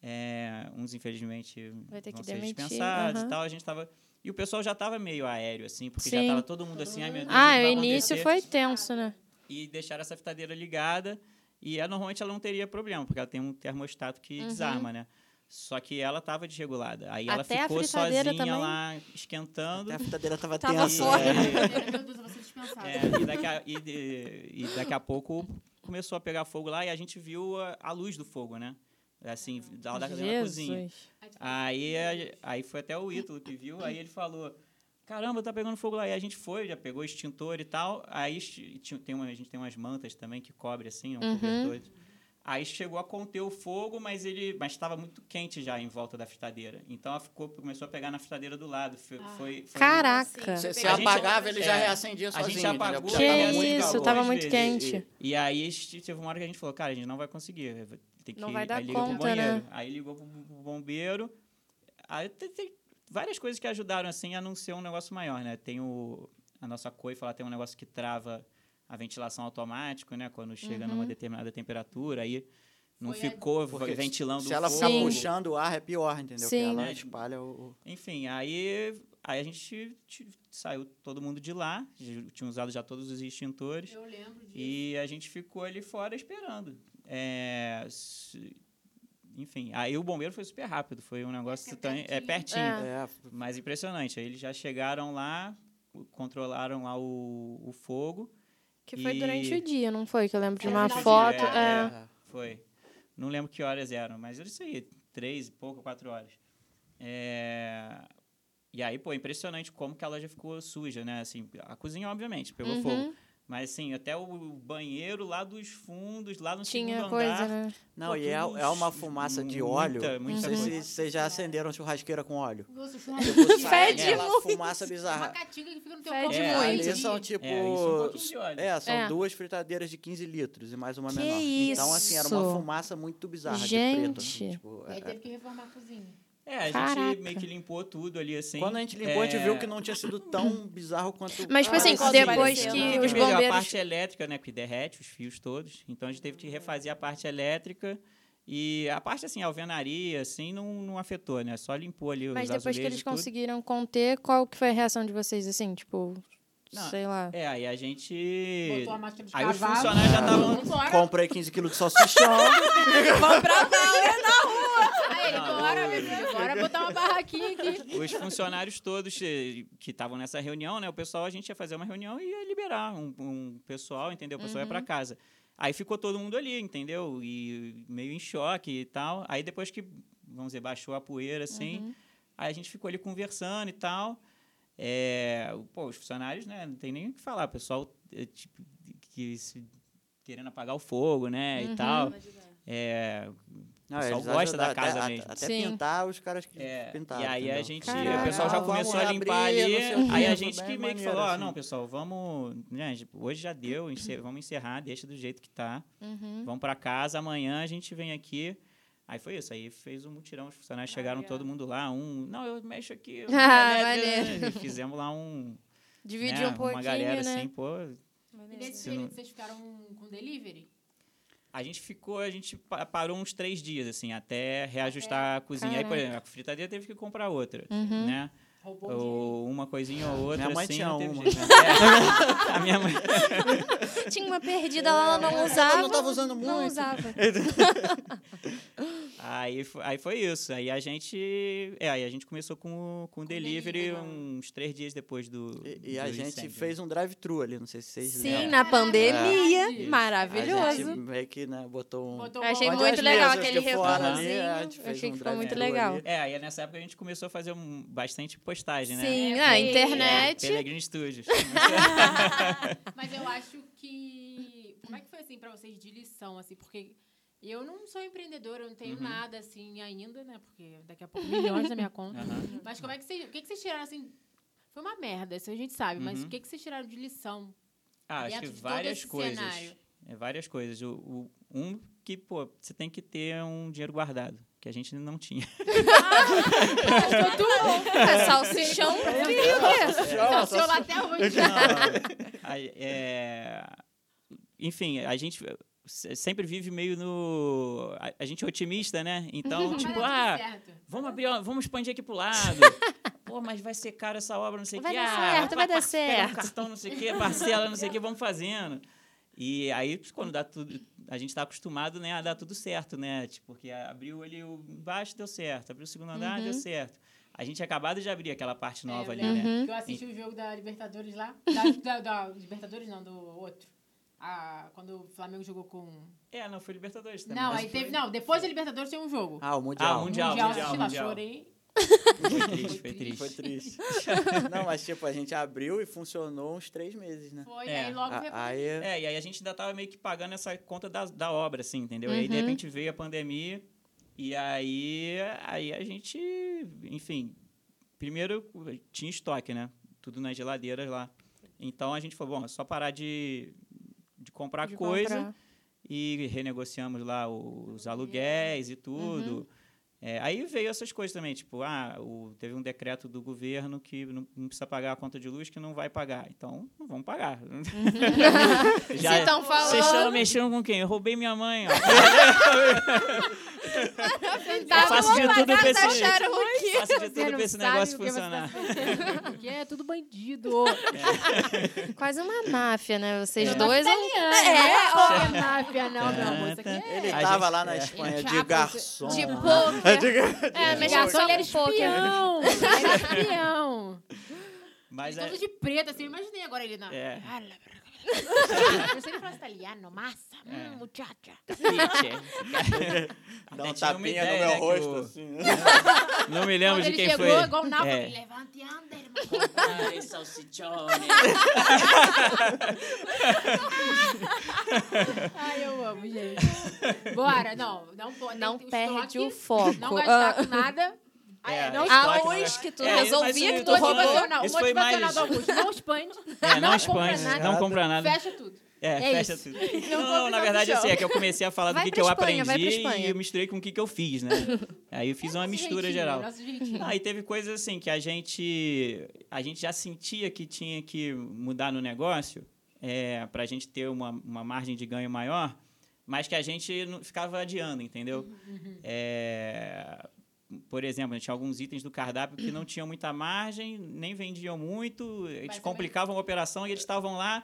é, uns infelizmente Vai ter vão que ser demitir, dispensados aham. e tal, a gente tava... E o pessoal já estava meio aéreo, assim, porque já Sim. estava todo mundo assim, ai meu Deus, Ah, que o vai início acontecer?" foi tenso, né? e deixaram essa fritadeira ligada. E ela, normalmente ela não teria problema, porque ela tem um termostato Uhum. que desarma, né? Só que ela estava desregulada. Aí ela Até a ficou fritadeira sozinha também? lá esquentando. Até a fritadeira tava, Tava tensa. fora. né? [LAUGHS] Meu Deus, eu vou ser dispensada. É, e, daqui a, e de- e daqui a pouco começou a pegar fogo lá e a gente viu a, a luz do fogo, né? Assim, da, um da, da cozinha. Jesus. Aí, a- aí foi até o Ítalo que viu, aí ele falou. Caramba, tá pegando fogo lá. E a gente foi, já pegou extintor e tal. Aí esti- ti- tem uma, a gente tem umas mantas também que cobre assim, um Uhum. cobertor. Aí chegou a conter o fogo, mas ele mas estava muito quente já em volta da fritadeira. Então ela ficou, começou a pegar na fritadeira do lado. Foi, foi, assim. foi- Caraca. Sim. Se, se A gente- apagava, ele já é, reacendia a gente sozinho. entendeu? apagou, Porque É. Que já Já tava muito isso, calor. tava às muito vezes. quente. E aí este- teve uma hora que a gente falou, cara, a gente não vai conseguir. Tem que Não vai dar aí ligou pro conta, banheiro. né? Aí ligou pro pro bombeiro. Aí tem, tem várias coisas que ajudaram assim a não ser um negócio maior, né? Tem o a nossa coifa lá tem um negócio que trava a ventilação automática, né? Quando chega Uhum. numa determinada temperatura, aí não Foi a- ficou Porque ventilando Se o ela fogo. ficar Sim. puxando o ar, é pior, entendeu? Porque Sim. ela espalha o... Enfim, aí, aí a gente t- saiu todo mundo de lá, já tinha usado já todos os extintores. Eu lembro disso. E a gente ficou ali fora esperando. É, se- enfim, aí o bombeiro foi super rápido, foi um negócio É é que é pertinho, é pertinho. pertinho É. É, mas impressionante. Aí eles já chegaram lá, o- controlaram lá o, o fogo, Que foi E- durante o dia, não foi? Que eu lembro de Era uma final de foto. dia, é. é. foi. Não lembro que horas eram, mas era isso aí, três e pouco, quatro horas. É, E aí, pô, impressionante como que ela já ficou suja, né? Assim, a cozinha, obviamente, pegou Uhum. fogo. Mas, assim, até o banheiro lá dos fundos, lá no Tinha segundo coisa, andar, né? Não, Pô, e é, tudo é uma ch- fumaça de muita, óleo. muita não sei se coisa. vocês já acenderam churrasqueira com [LAUGHS] óleo. Nossa, Tipo, sai Fede aquela muito. fumaça Uma bizarra. catiga Um que fica no teu Fede corpo. né? É, por muito. Ali dia. são tipo. É, isso é um pouquinho de óleo. É, são É. duas fritadeiras de 15 litros e mais uma Que menor. Então, assim, era uma isso? fumaça muito bizarra de preto. assim, Gente. tipo, Aí é. teve que reformar a cozinha. É, a gente Caraca. meio que limpou tudo ali, assim. Quando a gente limpou, a gente É, viu que não tinha sido tão bizarro quanto. Tipo, Mas, tipo Ah, assim, sim, depois pareceu, que né? os Primeiro, A bombeiros. parte elétrica, né? Que derrete os fios todos. Então a gente teve que refazer a parte elétrica. E a parte, assim, a alvenaria, assim, não, não afetou, né? Só limpou ali os Mas depois que azulejos eles e tudo. conseguiram conter, qual que foi a reação de vocês, assim? Tipo, Não, sei lá. É, aí a gente. Botou a máscara de Aí os cavalo. funcionários já estavam. Vamos embora. Comprei 15 quilos de salsichão. né? Aí ele, Não, bora, meu filho, bora botar uma barraquinha aqui. Os funcionários todos eh, que estavam nessa reunião, né? O pessoal, a gente ia fazer uma reunião e ia liberar um, um pessoal, entendeu? O pessoal ia para casa. Aí ficou todo mundo ali, entendeu? E meio em choque e tal. Aí depois que, vamos dizer, baixou a poeira, assim, aí a gente ficou ali conversando e tal. É, o- pô, os funcionários, né? Não tem nem o que falar. O pessoal, eh, tipo, que se- querendo apagar o fogo, né? E tal. É, Não, O pessoal eles gosta da ajudaram, casa até, mesmo. Até Sim. pintar, os caras que É, pintaram. e aí a entendeu? gente, Caraca. o pessoal já Ah, vamos começou a limpar reabrir, ali. não sei o Aí a quê, gente bem que meio que maneiro, falou, ó, assim. não, pessoal, vamos, né, tipo, hoje já deu, encer- vamos encerrar, deixa do jeito que tá. Uhum. Vamos pra casa, amanhã a gente vem aqui. Aí foi isso, aí fez um mutirão, os funcionários chegaram todo mundo lá, um, não, eu mexo aqui. eu mexo Ah, na elétrica", maneiro. e é Fizemos lá um, né, Dividir um uma pouquinho, galera né? assim, pô. E nesse Sim. período vocês ficaram com delivery? A gente ficou, a gente pa- parou uns três dias, assim, até reajustar a cozinha. Aí, por Caraca. exemplo, a fritadeira teve que comprar outra, Uhum. né? Roubou dinheiro. ou uma coisinha ou outra. Minha mãe assim, tinha não teve uma. jeito. É, [LAUGHS] a minha mãe. Tinha uma perdida lá, ela [LAUGHS] não usava. assim. não tava usando Não muito. usava. Aí, fo- aí foi isso. Aí a gente. É, aí a gente começou com, o- com o delivery delivery. uns três dias depois do. E, e a do gente incêndio. né? fez um drive-thru ali, não sei se vocês Sim, lembram. na pandemia. Verdade. A Maravilhoso. gente meio que né, botou um. Botou Achei uma- Onde muito as legal mesas aquele de fora ali, retornozinho. a gente fez Achei um que ficou muito drive-thru legal. ali. É, aí nessa época a gente começou a fazer um, bastante postagem, né? Sim, É, na foi- internet. Peregrine Studios. Mas eu acho que. Como é que foi assim pra vocês de lição, assim? Porque eu não sou empreendedora, eu não tenho Uhum. nada assim ainda, né? Porque daqui a pouco milhões na minha conta. Aham. Mas como é que vocês. O que, que vocês tiraram assim? Foi uma merda, isso a gente sabe, mas Uhum. o que, que vocês tiraram de lição? Ah, acho Dentro que de todo várias esse coisas. cenário. É, várias coisas. O, o- um que, pô, você tem que ter um dinheiro guardado, que a gente não tinha. [LAUGHS] É [LAUGHS] salsichão frio. Não, Então, seu lá até [LAUGHS] hoje. A- é, enfim, a gente se- sempre vive meio no. A, a gente é otimista, né? [LAUGHS] Então, Mas tipo, deu É, tudo ah, certo. vamos abrir, ó, vamos expandir aqui pro lado. Pô, mas vai ser caro essa obra, não sei o Vai que. dar Ah, certo, vai dar pega um certo. cartão, não sei o que, parcela, não sei o que, vamos fazendo. E aí, quando dá tudo. A gente tá acostumado, né, a dar tudo certo, né? Tipo, porque abriu ali o embaixo, deu certo. Abriu o segundo andar, deu certo. A gente tinha acabado de abrir aquela parte nova É, ali, eu né? lembro que Eu assisti o jogo da Libertadores lá. [LAUGHS] Da, da- da Libertadores não, do outro. Ah, quando o Flamengo jogou com. É, não, foi Libertadores também. Não, mas aí foi- teve. Não, depois da Libertadores tem um jogo. Ah, o Ah, Mundial. Mundial, Mundial, assisti lá, Mundial. chorei. Foi triste, foi triste. Foi triste. Não, mas tipo, a gente abriu e funcionou uns três meses, né? Foi, É. aí logo Ah, A- depois. Aí, É, e aí a gente ainda tava meio que pagando essa conta da, da obra, assim, entendeu? E aí, de Uhum. repente, veio a pandemia, e aí, aí a gente, enfim, primeiro tinha estoque, né? Tudo nas geladeiras lá. Então a gente falou, bom, é só parar de, de comprar De coisa comprar. e renegociamos lá os aluguéis e tudo. É, aí veio essas coisas também, tipo, ah, o- teve um decreto do governo que não, não precisa pagar a conta de luz, que não vai pagar. Então, não vamos pagar. [LAUGHS] é. Já- é. Se tão falando- Vocês estão mexendo com quem? Eu roubei minha mãe, ó. Tá, faço vou de tudo pagar pra esse- essa Cherokee. Faça de Você tudo não pra esse sabe negócio o que você tá funcionar. Porque é tudo [LAUGHS] bandido. É Quase uma máfia, né? Vocês É. dois. ou- É, ó. Não é máfia, não, meu amor. Isso aqui é... ele A tava gente- lá na é. Espanha de Chapo, garçom. De né? poker. De gar- É, mas Garçom, só ele era com poker. espião. Ele era espião. [LAUGHS] Mas é, Todo de preto, assim. Eu imaginei agora ele na... É. Ah, lá, brá, brá. Eu sei que ele fala [LAUGHS] italiano, massa, É. hum, muchacha. Tá. Dá um Até tinha uma tapinha ideia, no meu né, que rosto, o- assim. né? Não me lembro Quando de ele quem chegou, foi. igual o Nalfa, É. levante anda, irmão. [LAUGHS] Ai, eu amo, gente. Bora, não, não pode. Não tem que ter perde o estoque, foco. Não gastar Ah. com nada. Ah, é, É, não estoque, expande. né? Arroz que tu É, resolvia mas que tu isso aí roubou. Motivacional, Isso foi motivacional mais- do Augusto. Não [LAUGHS] expande. É, compra não expande, nada. não compra nada. Fecha tudo. É, É fecha isso. [LAUGHS] tudo. vou Não, não, pisar na no verdade, chão. assim, é que eu comecei a falar Vai do que, pra que eu Espanha, vai pra aprendi Espanha. e eu misturei com o que, que eu [LAUGHS] fiz, né? Aí eu fiz uma Nosso mistura jeitinho, geral. nosso jeitinho. Ah, e teve coisas assim que a gente a gente já sentia que tinha que mudar no negócio é, para a gente ter uma, uma margem de ganho maior, mas que a gente não- ficava adiando, entendeu? É, por exemplo, tinha alguns itens do cardápio que não tinham muita margem, nem vendiam muito, eles também- complicavam a operação e eles estavam lá,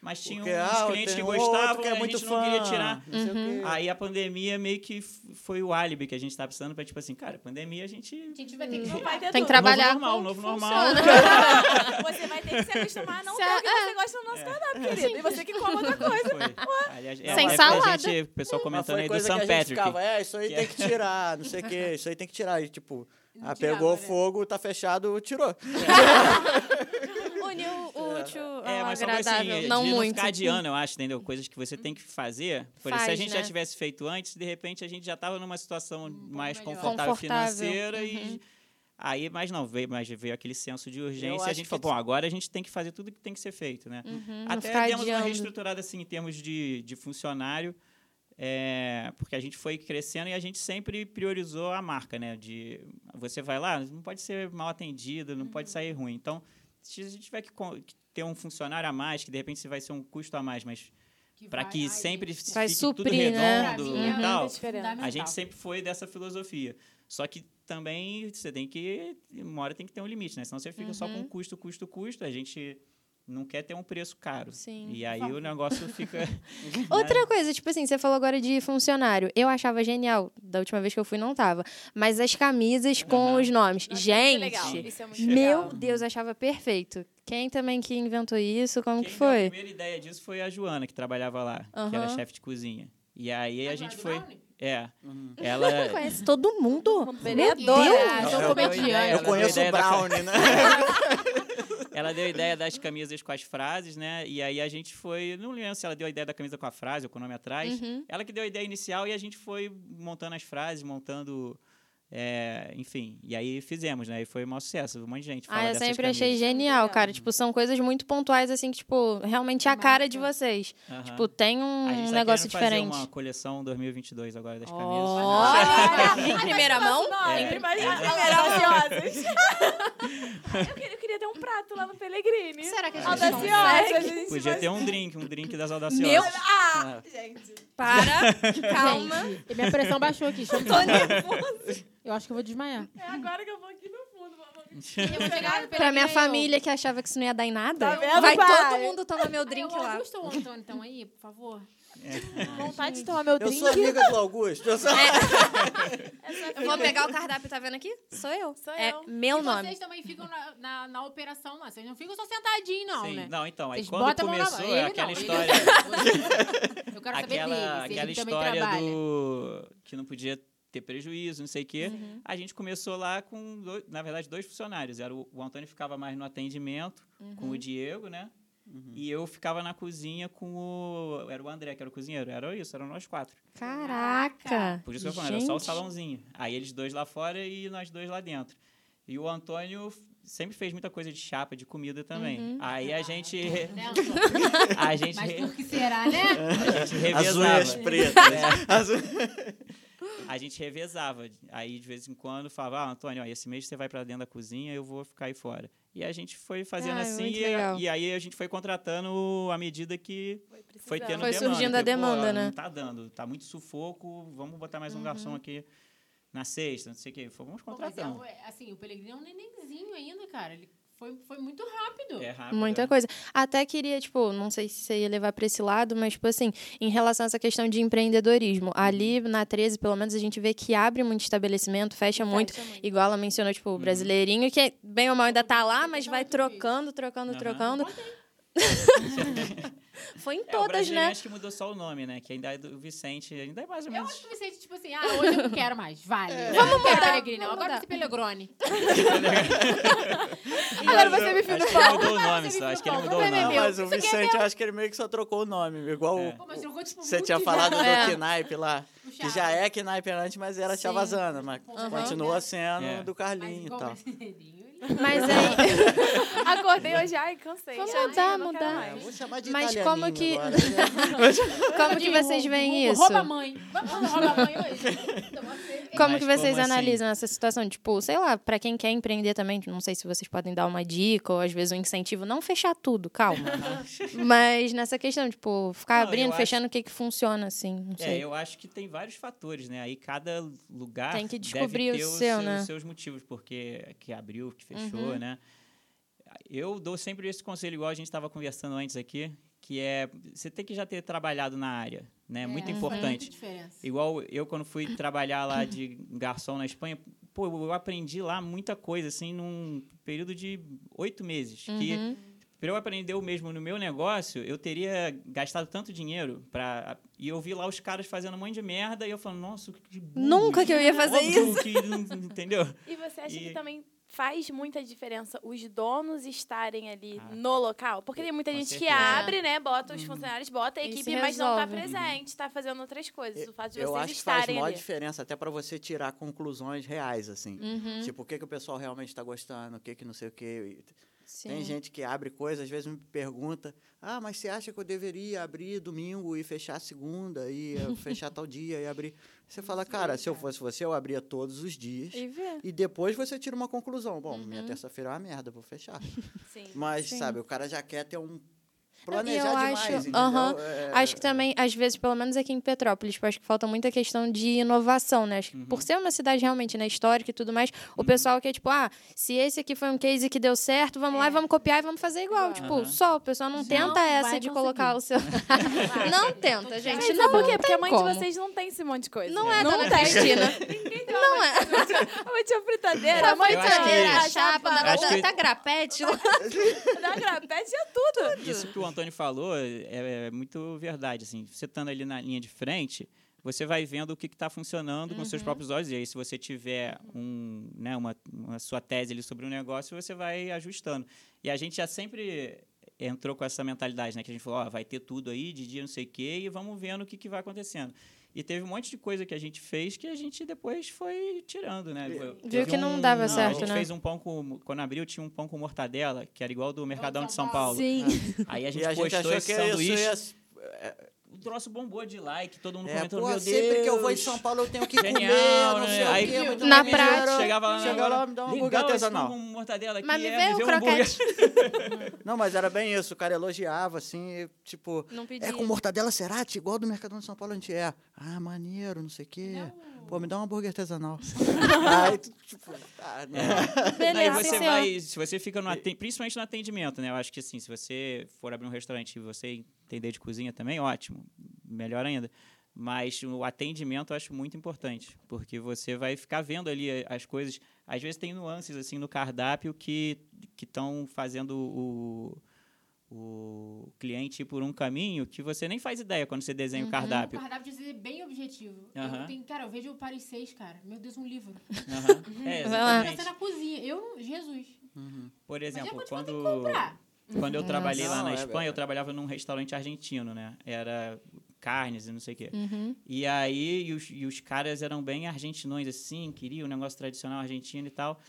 mas tinham Porque, uns ah, clientes que tem um outro gostavam que e é a muito gente fã, não queria tirar. Uhum. não sei o quê. Aí a pandemia meio que f- foi o álibi que a gente tá precisando para tipo assim, cara, pandemia a gente A [LAUGHS] gente vai ter que Não vai ter Tem que dúvida. trabalhar Novo com normal, o que novo funciona. [LAUGHS] Você vai ter que se acostumar a não Se ter o que a- você gosta no É. nosso cardápio, querido. E você que come outra [LAUGHS] coisa. Foi. Aliás, é, Sem é, salada. A gente, o Mas pessoal comentando foi aí do coisa St. que a gente Patrick. ficava, é, isso aí Que tem é- [LAUGHS] que tirar, não sei o quê, isso aí tem que tirar. E tipo, Não ah, tirava, né? pegou fogo, tá fechado, tirou. Uniu o útil ao É, mas só que, agradável. assim, não de muito. não ficar adiando, eu acho, entendeu? Coisas que você tem que fazer. Por isso, se a Faz, gente né? já tivesse feito antes, de repente a gente já estava numa situação mais melhor. confortável, Confortável. Uhum. financeira e aí, mas não veio, mas veio aquele senso de urgência. e acho a gente que falou, bom, agora a gente tem que fazer tudo que tem que ser feito, né? Uhum, não Até ficar demos uma adiando. reestruturada assim em termos de, de funcionário, é, porque a gente foi crescendo e a gente sempre priorizou a marca, né? De você vai lá, não pode ser mal atendido, não Uhum. pode sair ruim. Então, se a gente tiver que con- que ter um funcionário a mais, que de repente vai ser um custo a mais, mas para vai- que ai, sempre gente, Vai fique tudo suprir, né? redondo Pra mim, e tal, Diferente. fundamental. a gente sempre foi dessa filosofia. Só que também você tem que. Uma hora tem que ter um limite, né? Senão você fica só Uhum. com custo, custo, custo. A gente não quer ter um preço caro. Sim. E é aí o negócio fica. [LAUGHS] [LAUGHS] Outra coisa, tipo assim, você falou agora de funcionário. Eu achava genial. Da última vez que eu fui, não tava. Mas as camisas com os nomes. Nossa, isso é Gente, legal. Isso é muito meu legal. Deus, eu achava perfeito. Quem também que inventou isso? Como Quem que deu A foi? primeira ideia disso foi a Joana, que trabalhava lá, que Aham. era chefe de cozinha. E aí a Agora gente do foi. Brownie? É. [LAUGHS] Ela. Conhece todo mundo? Vereadora. Sou Eu- comediante. eu- Eu Ela conheço deu o ideia da- Brownie, [LAUGHS] né? Ela deu a ideia das camisas com as frases, né? E aí a gente foi. Não lembro se ela deu a ideia da camisa com a frase ou com o nome Uhum. atrás. Ela que deu a ideia inicial e a gente foi montando as frases, montando. é, enfim, e aí fizemos, né? E foi um maior sucesso. Um monte de gente fala Ah, eu dessas sempre achei camisas. genial, cara. Tipo, são coisas muito pontuais, assim, que, tipo, realmente é a cara de vocês. Aham. Tipo, tem Ah. A gente um tá negócio querendo fazer diferente. uma coleção 2022 agora das camisas. [LAUGHS] Olha! em primeira mão? É. Em primeira [LAUGHS] audaciosas. Eu queria, eu queria ter um prato lá no Pellegrini. Será que a gente assim, não Audaciosas. a gente Podia vai- ter um drink, um drink das audaciosas. Meu... Ah, gente. Para, [LAUGHS] calma. Gente, minha pressão baixou aqui. Deixa eu Tô me- nervosa. Eu acho que eu vou desmaiar. É agora que eu vou aqui no fundo. mamãe. Pra minha família que achava que isso não ia dar em nada, Tá vendo, vai pai? todo mundo tomar meu drink Drink lá. Augusto ou o Antônio estão aí, por favor? Vontade de tomar meu Eu sou amiga do Augusto. Eu sou... Eu vou pegar o cardápio, tá vendo aqui? Sou eu. Sou é eu. meu e nome. vocês também ficam na, na, na operação lá. Vocês não ficam só sentadinhos, não, Sim. né? Não, então, aí Vocês quando botam a mão na começou é Ele aquela não, ele- [LAUGHS] história. Eu quero saber aquela dele, se aquela ele também história trabalha. do que não podia ter prejuízo, não sei o quê. Uhum. A gente começou lá com, dois- na verdade, dois funcionários. Era o, o Antônio ficava mais no atendimento com Uhum. o Diego, né? E eu ficava na cozinha com o. Era o André, que era o cozinheiro. Era isso, eram nós quatro. Caraca! Por isso que eu falei, era só o Gente. salãozinho. Aí eles dois lá fora e nós dois lá dentro. E o Antônio f- sempre fez muita coisa de chapa, de comida também. Uhum. Aí [LAUGHS] Ah. [LAUGHS] a gente. A gente, Mas re- por que será, né? [LAUGHS] a As gente revezava. É. unhas pretas. As unhas- [LAUGHS] A gente revezava. Aí, de vez em quando, falava, ah, Antônio, ó, esse mês você vai pra dentro da cozinha, eu vou ficar aí fora. E a gente foi fazendo Ah, assim, muito e, legal. e aí a gente foi contratando à medida que foi tendo Foi demanda. surgindo a Porque, pô, demanda, né? Uhum. Não tá dando, tá muito sufoco, vamos botar mais um garçom aqui na sexta, não sei o quê. Fomos Pô, mas é contratando. um- é, assim, o Pellegrini é um nenenzinho ainda, cara. Ele foi, foi muito rápido. É rápido. Muita né? coisa. Até queria, tipo, não sei se você ia levar pra esse lado, mas, tipo assim, em relação a essa questão de empreendedorismo, ali na 13, pelo menos, a gente vê que abre muito estabelecimento, fecha muito. muito. Igual ela mencionou, tipo, o brasileirinho, que bem ou mal ainda tá lá, mas Tá vai muito difícil. trocando, trocando, Aham. trocando. [LAUGHS] Foi em É, o todas, brasileiro né? acho que mudou só o nome, né? Que ainda é do Vicente, ainda é mais ou Eu menos... acho que o Vicente, tipo assim, ah, hoje eu não quero mais, vale. Vamos não quero Pellegrini, não. É. vamos Agora mudar. vai ser Pellegrone. Agora você me Acho filma. que ele mudou o nome só, acho que ele mudou o Não, é nome. mas o Vicente, eu acho que ele meio que só trocou o nome. Igual É. o- Pô, mas trocou, tipo, você muito tinha já. falado É. do Knipe lá. O Que Chaves. já é Knipe antes, mas era Sim. Chavazana. Mas Aham. continua sendo do É. Mas assim? Carlinho e igual o tal. brasileirinho, ele... Mas é, aí. Acordei hoje, ai, cansei. Vamos já, mudar, eu não quero mudar. mais. É, vou chamar de Mas italianinho como que- agora. Como que vocês veem isso? é Rouba a mãe. Vamos roubar a mãe [LAUGHS] hoje. Então, Tomar cerveja. Como Mas que vocês como assim? analisam essa situação? Tipo, sei lá, pra quem quer empreender também, não sei se vocês podem dar uma dica ou às vezes um incentivo, não fechar tudo, calma. né? Mas nessa questão, tipo, ficar Não, eu abrindo, acho- fechando, o que que funciona, assim, não É, sei. eu acho que tem vários fatores, né? Aí cada lugar Tem que deve descobrir o ter os seu, seus- né? Uhum. seus motivos porque que abriu, que fechou, né? Eu dou sempre esse conselho igual a gente estava conversando antes aqui, que é você tem que já ter trabalhado na área, né? É uhum. muito importante. Muita diferença. Igual eu, quando fui trabalhar lá de garçom na Espanha, pô, eu aprendi lá muita coisa, assim, num período de oito meses. Uhum. Que para eu aprender o mesmo no meu negócio, eu teria gastado tanto dinheiro para E eu vi lá os caras fazendo um monte de merda e eu falando, nossa, que burro. Nunca que eu ia fazer Óbvio que não- entendeu? E você acha que E- também faz muita diferença os donos estarem ali Ah. no local? Porque tem muita Com gente que certeza. abre, né? Bota os funcionários, bota a Isso equipe, mas não tá resolve. presente, tá fazendo outras coisas. O fato de eu vocês acho que faz estarem maior ali. diferença até pra você tirar conclusões reais, assim. Uhum. Tipo, o que, que o pessoal realmente tá gostando, o que, que não sei o quê. E Sim. Tem gente que abre coisa, às vezes me pergunta, ah, mas você acha que eu deveria abrir domingo e fechar segunda, e [LAUGHS] eh, fechar tal dia e abrir... Você fala, cara, se eu fosse você, eu abria todos os dias. é, E ver. E depois você tira uma conclusão. Bom, minha terça-feira é uma merda, vou fechar. Sim. Mas, Sim. sabe, o cara já quer ter um... eu Planejar demais, acho- entendeu? aham. É, Acho que também, às vezes, pelo menos aqui em Petrópolis, tipo, acho que falta muita questão de inovação, né? Acho que Uhum. por ser uma cidade realmente né, histórica e tudo mais, o pessoal quer, tipo, ah, se esse aqui foi um case que deu certo, vamos lá e vamos copiar e vamos fazer igual. Igual. Tipo, Aham. só, o pessoal É. não tenta vai essa de conseguir. colocar o seu. não tenta, é Mas gente. Não, sabe por quê? Porque a mãe como. de vocês não tem esse monte de coisa. não é, não dona tem. [LAUGHS] Cristina. [LAUGHS] Não é. A mãe tinha fritadeira, a mãe Eu acho tinha que- a A chapa, da- da, Acho que- da [LAUGHS] grapete. né? da grapete, tinha tudo. Isso que o Antônio falou é, é muito verdade, assim. Você estando ali na linha de frente, você vai vendo o que está funcionando com Uhum. seus próprios olhos. E aí, se você tiver um, né, uma, uma sua tese ali sobre um negócio, você vai ajustando. E a gente já sempre entrou com essa mentalidade, né? Que a gente falou, ó, vai ter tudo aí, de dia não sei o quê, e vamos vendo o que, que vai acontecendo. E teve um monte de coisa que a gente fez que a gente depois foi tirando, né? Teve que não dava A certo, gente né? fez um pão com... Quando abriu, tinha um pão com mortadela, que era igual do Mercadão de São São Paulo. Paulo. Sim. Aí a gente E a gente postou achou esse que isso sanduíche. ia... O troço bombou de like, todo mundo É, comentando, pô, meu sempre Deus. que eu vou em São Paulo eu tenho que Genial, comer, não né? sei Aí o quê. muito na maneiro. prática- Chegava lá, Chega lá, me dá um legal hambúrguer esse artesanal. pão com mortadela aqui, Mas me é, vê o hambúrguer. Não, mas era bem isso. O cara elogiava, assim, e, tipo... um- Não pedia. É com mortadela Cerati, igual do Mercadão de São Paulo a gente é. Ah, maneiro, não sei o quê. Pô, me dá um hambúrguer artesanal. Aí, tu, tipo... Ah, não. Não, e Beleza, você senhor. vai, se você fica no aten- principalmente no atendimento, né? Eu acho que assim, se você for abrir um restaurante e você entender de cozinha também, ótimo, melhor ainda. Mas o atendimento eu acho muito importante, porque você vai ficar vendo ali eh, as coisas. Às vezes tem nuances assim no cardápio que que estão fazendo o o cliente ir por um caminho que você nem faz ideia quando você desenha Uhum. o cardápio. O cardápio precisa ser bem objetivo. Aham. Eu tenho, cara, eu vejo o Paris 6, cara. Meu Deus, um livro. Aham. É, Vai lá. Começa na exatamente. cozinha. Eu, Jesus. Por exemplo, Mas depois quando, eu vou ter que comprar. quando eu trabalhei lá Não, na é Espanha, eu verdade. trabalhava num restaurante argentino, né? Era carnes e não sei o quê. E aí, e os, e os caras eram bem argentinões, assim, queriam um negócio tradicional argentino e tal.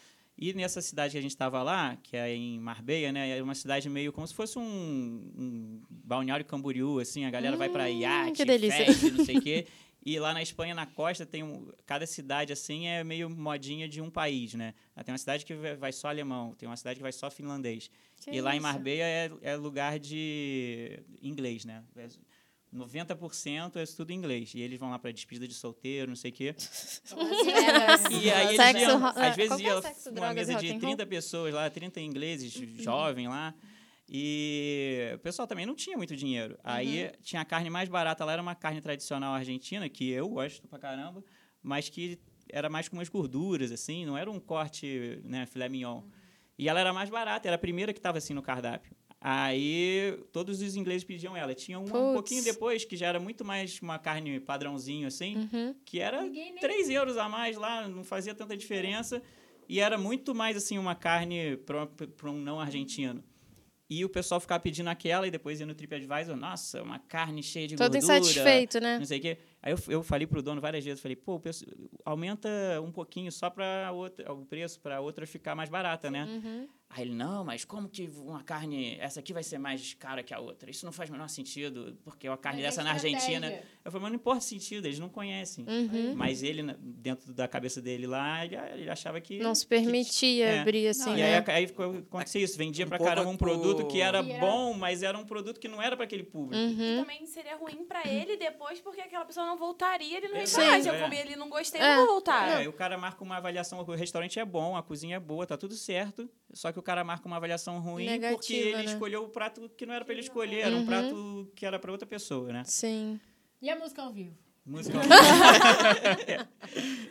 E nessa cidade que a gente estava lá, que é em Marbella, né? É uma cidade meio como se fosse um, um balneário Camboriú, assim. A galera vai para Hum, iate, que delícia. festa, não sei o quê. E lá na Espanha, na costa, tem um, cada cidade, assim, é meio modinha de um país, né? Ah, Tem uma cidade que vai vai só alemão, tem uma cidade que vai só finlandês. Que e lá em isso? Marbella é, é lugar de inglês, né? É 90% é tudo inglês. E eles vão lá para despedida de solteiro, não sei o quê. [LAUGHS] né? E aí eles Sexo, iam, é, ro- é, às vezes qualquer ia sexo, uma drogas, mesa rock and de roll. Uhum. 30 pessoas lá, 30 ingleses, jovem lá. E o pessoal também não tinha muito dinheiro. Uhum. Aí tinha a carne mais barata lá, era uma carne tradicional argentina, que eu gosto pra caramba, mas que era mais com umas gorduras, assim, não era um corte, né, filé mignon. Uhum. E ela era mais barata, era a primeira que estava assim no cardápio. Aí todos os ingleses pediam ela. Tinha uma um Puts. pouquinho depois, que já era muito mais uma carne padrãozinho, assim, Uhum. que era Ninguém nem- 3 euros a mais lá, não fazia tanta diferença. E era muito mais assim uma carne para um não argentino. E o pessoal ficava pedindo aquela e depois ia no TripAdvisor, nossa, uma carne cheia de Todo gordura. insatisfeito, né? Não sei o quê. Aí eu, eu falei pro dono várias vezes, falei, pô, o pessoal- aumenta um pouquinho só para outra, o preço para outra ficar mais barata, né? uhum. Aí ele, não, mas como que uma carne, essa aqui vai ser mais cara que a outra? Isso não faz o menor sentido, porque uma carne Mas é dessa na estratégia. Argentina. Eu falei, mas não importa o sentido, eles não conhecem. Uhum. Mas ele, na- dentro da cabeça dele lá, ele, ah, ele achava que. Não se que- permitia é. abrir assim, e né? aí, ac- aí ficou- acontecia isso, vendia Um pra pouco caramba um pro- produto que era Que era- bom, mas era um produto que não era pra aquele público. Uhum, E Hum. também seria ruim pra ele depois, porque aquela pessoa não voltaria ele no Sim. restaurante. Eu É. comi ele não gostei, É. não vou voltar. É, e o cara marca uma avaliação, o restaurante é bom, a cozinha é boa, tá tudo certo, só que o cara marca uma avaliação ruim porque Negativa, ele né? escolheu o prato que não era pra ele escolher, era um prato que era pra outra pessoa, né? Sim. E a música ao vivo? Música.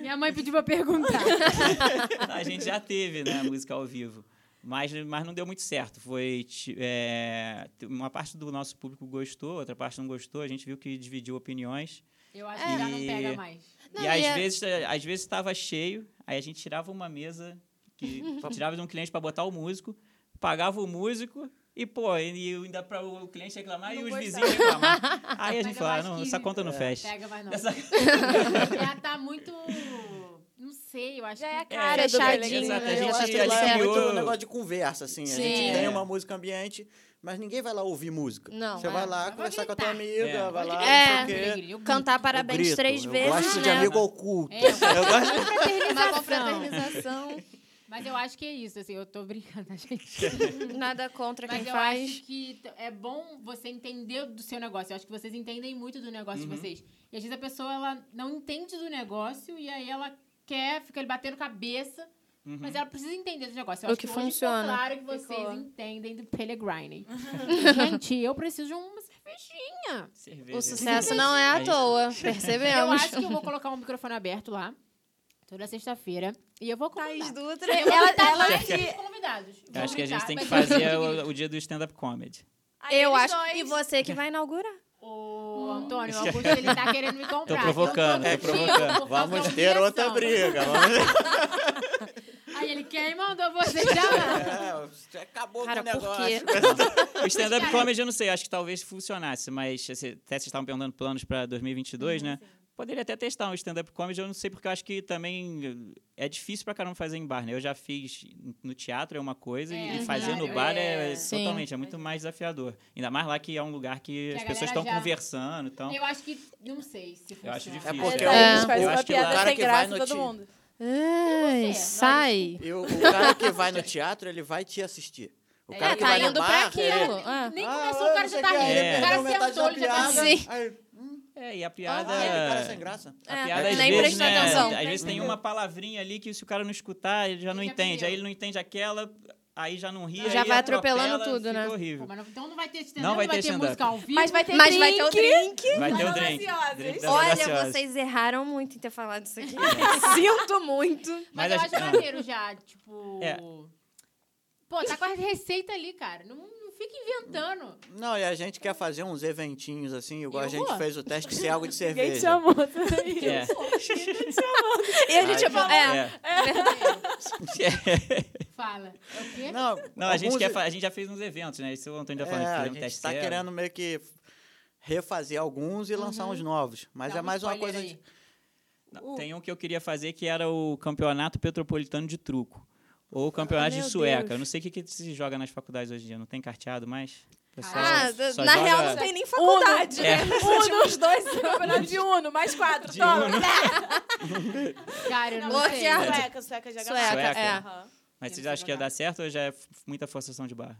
Minha mãe pediu pra perguntar. [LAUGHS] a gente já teve, né, música ao vivo. Mas, mas não deu muito certo. Foi ti- é, uma parte do nosso público gostou, outra parte não gostou. A gente viu que dividiu opiniões. [LAUGHS] Eu acho que já não E- pega mais. Não, e e às é- vezes eh, às vezes estava cheio, aí a gente tirava uma mesa que tirava de um cliente para botar o músico, pagava o músico e pô, e ainda para o cliente reclamar e Não os gostava. vizinhos reclamar. Aí a gente Mas eu fala, acho não, que- É. essa conta não fecha. Pega mais não. [LAUGHS] Essa- [LAUGHS] Já tá muito. Não sei, eu acho Já é a que. cara do fechadinho, Belém. exato, né? a Já gente- tá Lá tudo tem lá certo. criou- muito um negócio de conversa, assim. Sim. A gente É. tem uma música ambiente, mas ninguém vai lá ouvir música. Não, Você é. vai lá Mas conversar vai com a tua gritar. amiga, É. vai lá, É. não sei o quê. Eu Cantar parabéns Eu grito, três eu vezes, gosto de né? [LAUGHS] amigo oculto. É, eu Eu gosto- Uma confraternização. confraternização. Mas eu acho que é isso, assim, eu tô brincando, [LAUGHS] gente. Nada contra Mas quem eu faz. acho que t- é bom você entender do seu negócio. Eu acho que vocês entendem muito do negócio Uhum. de vocês. E às vezes a pessoa ela não entende do negócio e aí ela quer, fica ali batendo cabeça. Uhum. Mas ela precisa entender do negócio. Eu O acho que hoje ficou funciona. claro que vocês Ficou. entendem do [LAUGHS] Pellegrini. Gente, eu preciso de uma cervejinha. Cerveja. O sucesso não é à Aí- toa, Eu percebemos. acho que eu vou colocar um microfone aberto lá. Toda sexta-feira. E eu vou Tá convidar. Dutra. Eu vou Ela- convidar ela- mais de convidados. Eu acho que a gente tem que Vou convidar, fazer mas eu- o, o dia do [LAUGHS] stand-up comedy. Aí Eu eles acho. dois- E você que vai inaugurar. Ô, Antônio, [LAUGHS] o Augusto, ele tá querendo me comprar. Tô provocando, Então, tô provocando. por favor, Vamos ter outra direção. briga. vamos- Aí ele, quem mandou você chamar? É, acabou Cara, com o negócio. por quê? O stand-up comedy eu não sei, acho que talvez funcionasse, mas assim, até vocês estavam perguntando planos para 2022, Uhum, né? Poderia até testar um stand-up comedy, eu não sei, porque eu acho que também eh, é difícil pra caramba fazer em bar, né? Eu já fiz no teatro é uma coisa É, e fazer no claro, bar é. é, Sim. totalmente, é muito mais desafiador. Ainda mais lá que é um lugar que, Que as a pessoas galera estão já- conversando e tal. Eu acho que, não sei se funciona. acho É difícil. porque Aí eles o- fazem eu uma acho que piada lá- sem que vai graça no todo time. mundo. Ai, nós- sai. E o, o cara que vai no teatro, ele vai te assistir. O É, cara que tá vai no indo pra bar, aquilo. ele- Ah. Nem Ah, começou, o cara não sei já tá quê, rindo. ele É. O perdeu cara metade sentou, da ele já tá piada, rindo. Sim. aí, É, e a ah, piada. ele cara sem graça. A É, piada, às nem vezes, prestou né, atenção. Às vezes tem uma palavrinha ali que se o cara não escutar, ele já não Ele já entende. perdeu. Aí ele não entende aquela, aí já não ri. Já aí vai atropela, atropelando tudo, fica né? Pô, horrível. mas não- Então não vai ter stand-up, Não não vai vai ter ter stand-up. música ao vivo. Mas vai ter Mas vai ter o drink. Vai ter o Mas drink. ansiosas. drink das Olha, audaciosas. vocês erraram muito em ter falado isso aqui. [LAUGHS] Sinto muito. Mas, Mas eu a acho gente- maneiro já, tipo... É. Pô, tá com a receita ali, cara. Não, não fica inventando. Não, e a gente quer fazer uns eventinhos assim, igual a Eu gente vou. fez o teste cego Ninguém de te cerveja. chamou. também. É. E a gente Ai, falou, é. é, Fala. É o quê? Não, [LAUGHS] Não, a gente, alguns- quer, fa- a gente já fez uns eventos, né? Isso o Antônio já falou. É, a a gente fez um gente teste tá cego. querendo meio que refazer alguns e lançar uns novos. Mas Uhum. Dá é um mais uma spoiler coisa. aí. de- Não, Tem um que eu queria fazer que era o Campeonato Petropolitano de Truco. Ou o Campeonato Ah, meu de Sueca. Deus. Eu não sei o que, que se joga nas faculdades hoje em dia. Não tem carteado mais? O pessoal Ah, só na joga real não tem nem faculdade. Faculdade, É. né? [LAUGHS] Tipo, Uno, os dois, campeonato de Uno, mais quatro, de toma. Uno. Cara, eu não Lote sei. errado. Sueca, sueca já ganhou. Sueca, é. Aham. Mas vocês Não acham que ia jogar. dar certo ou já é f- muita forçação de barra?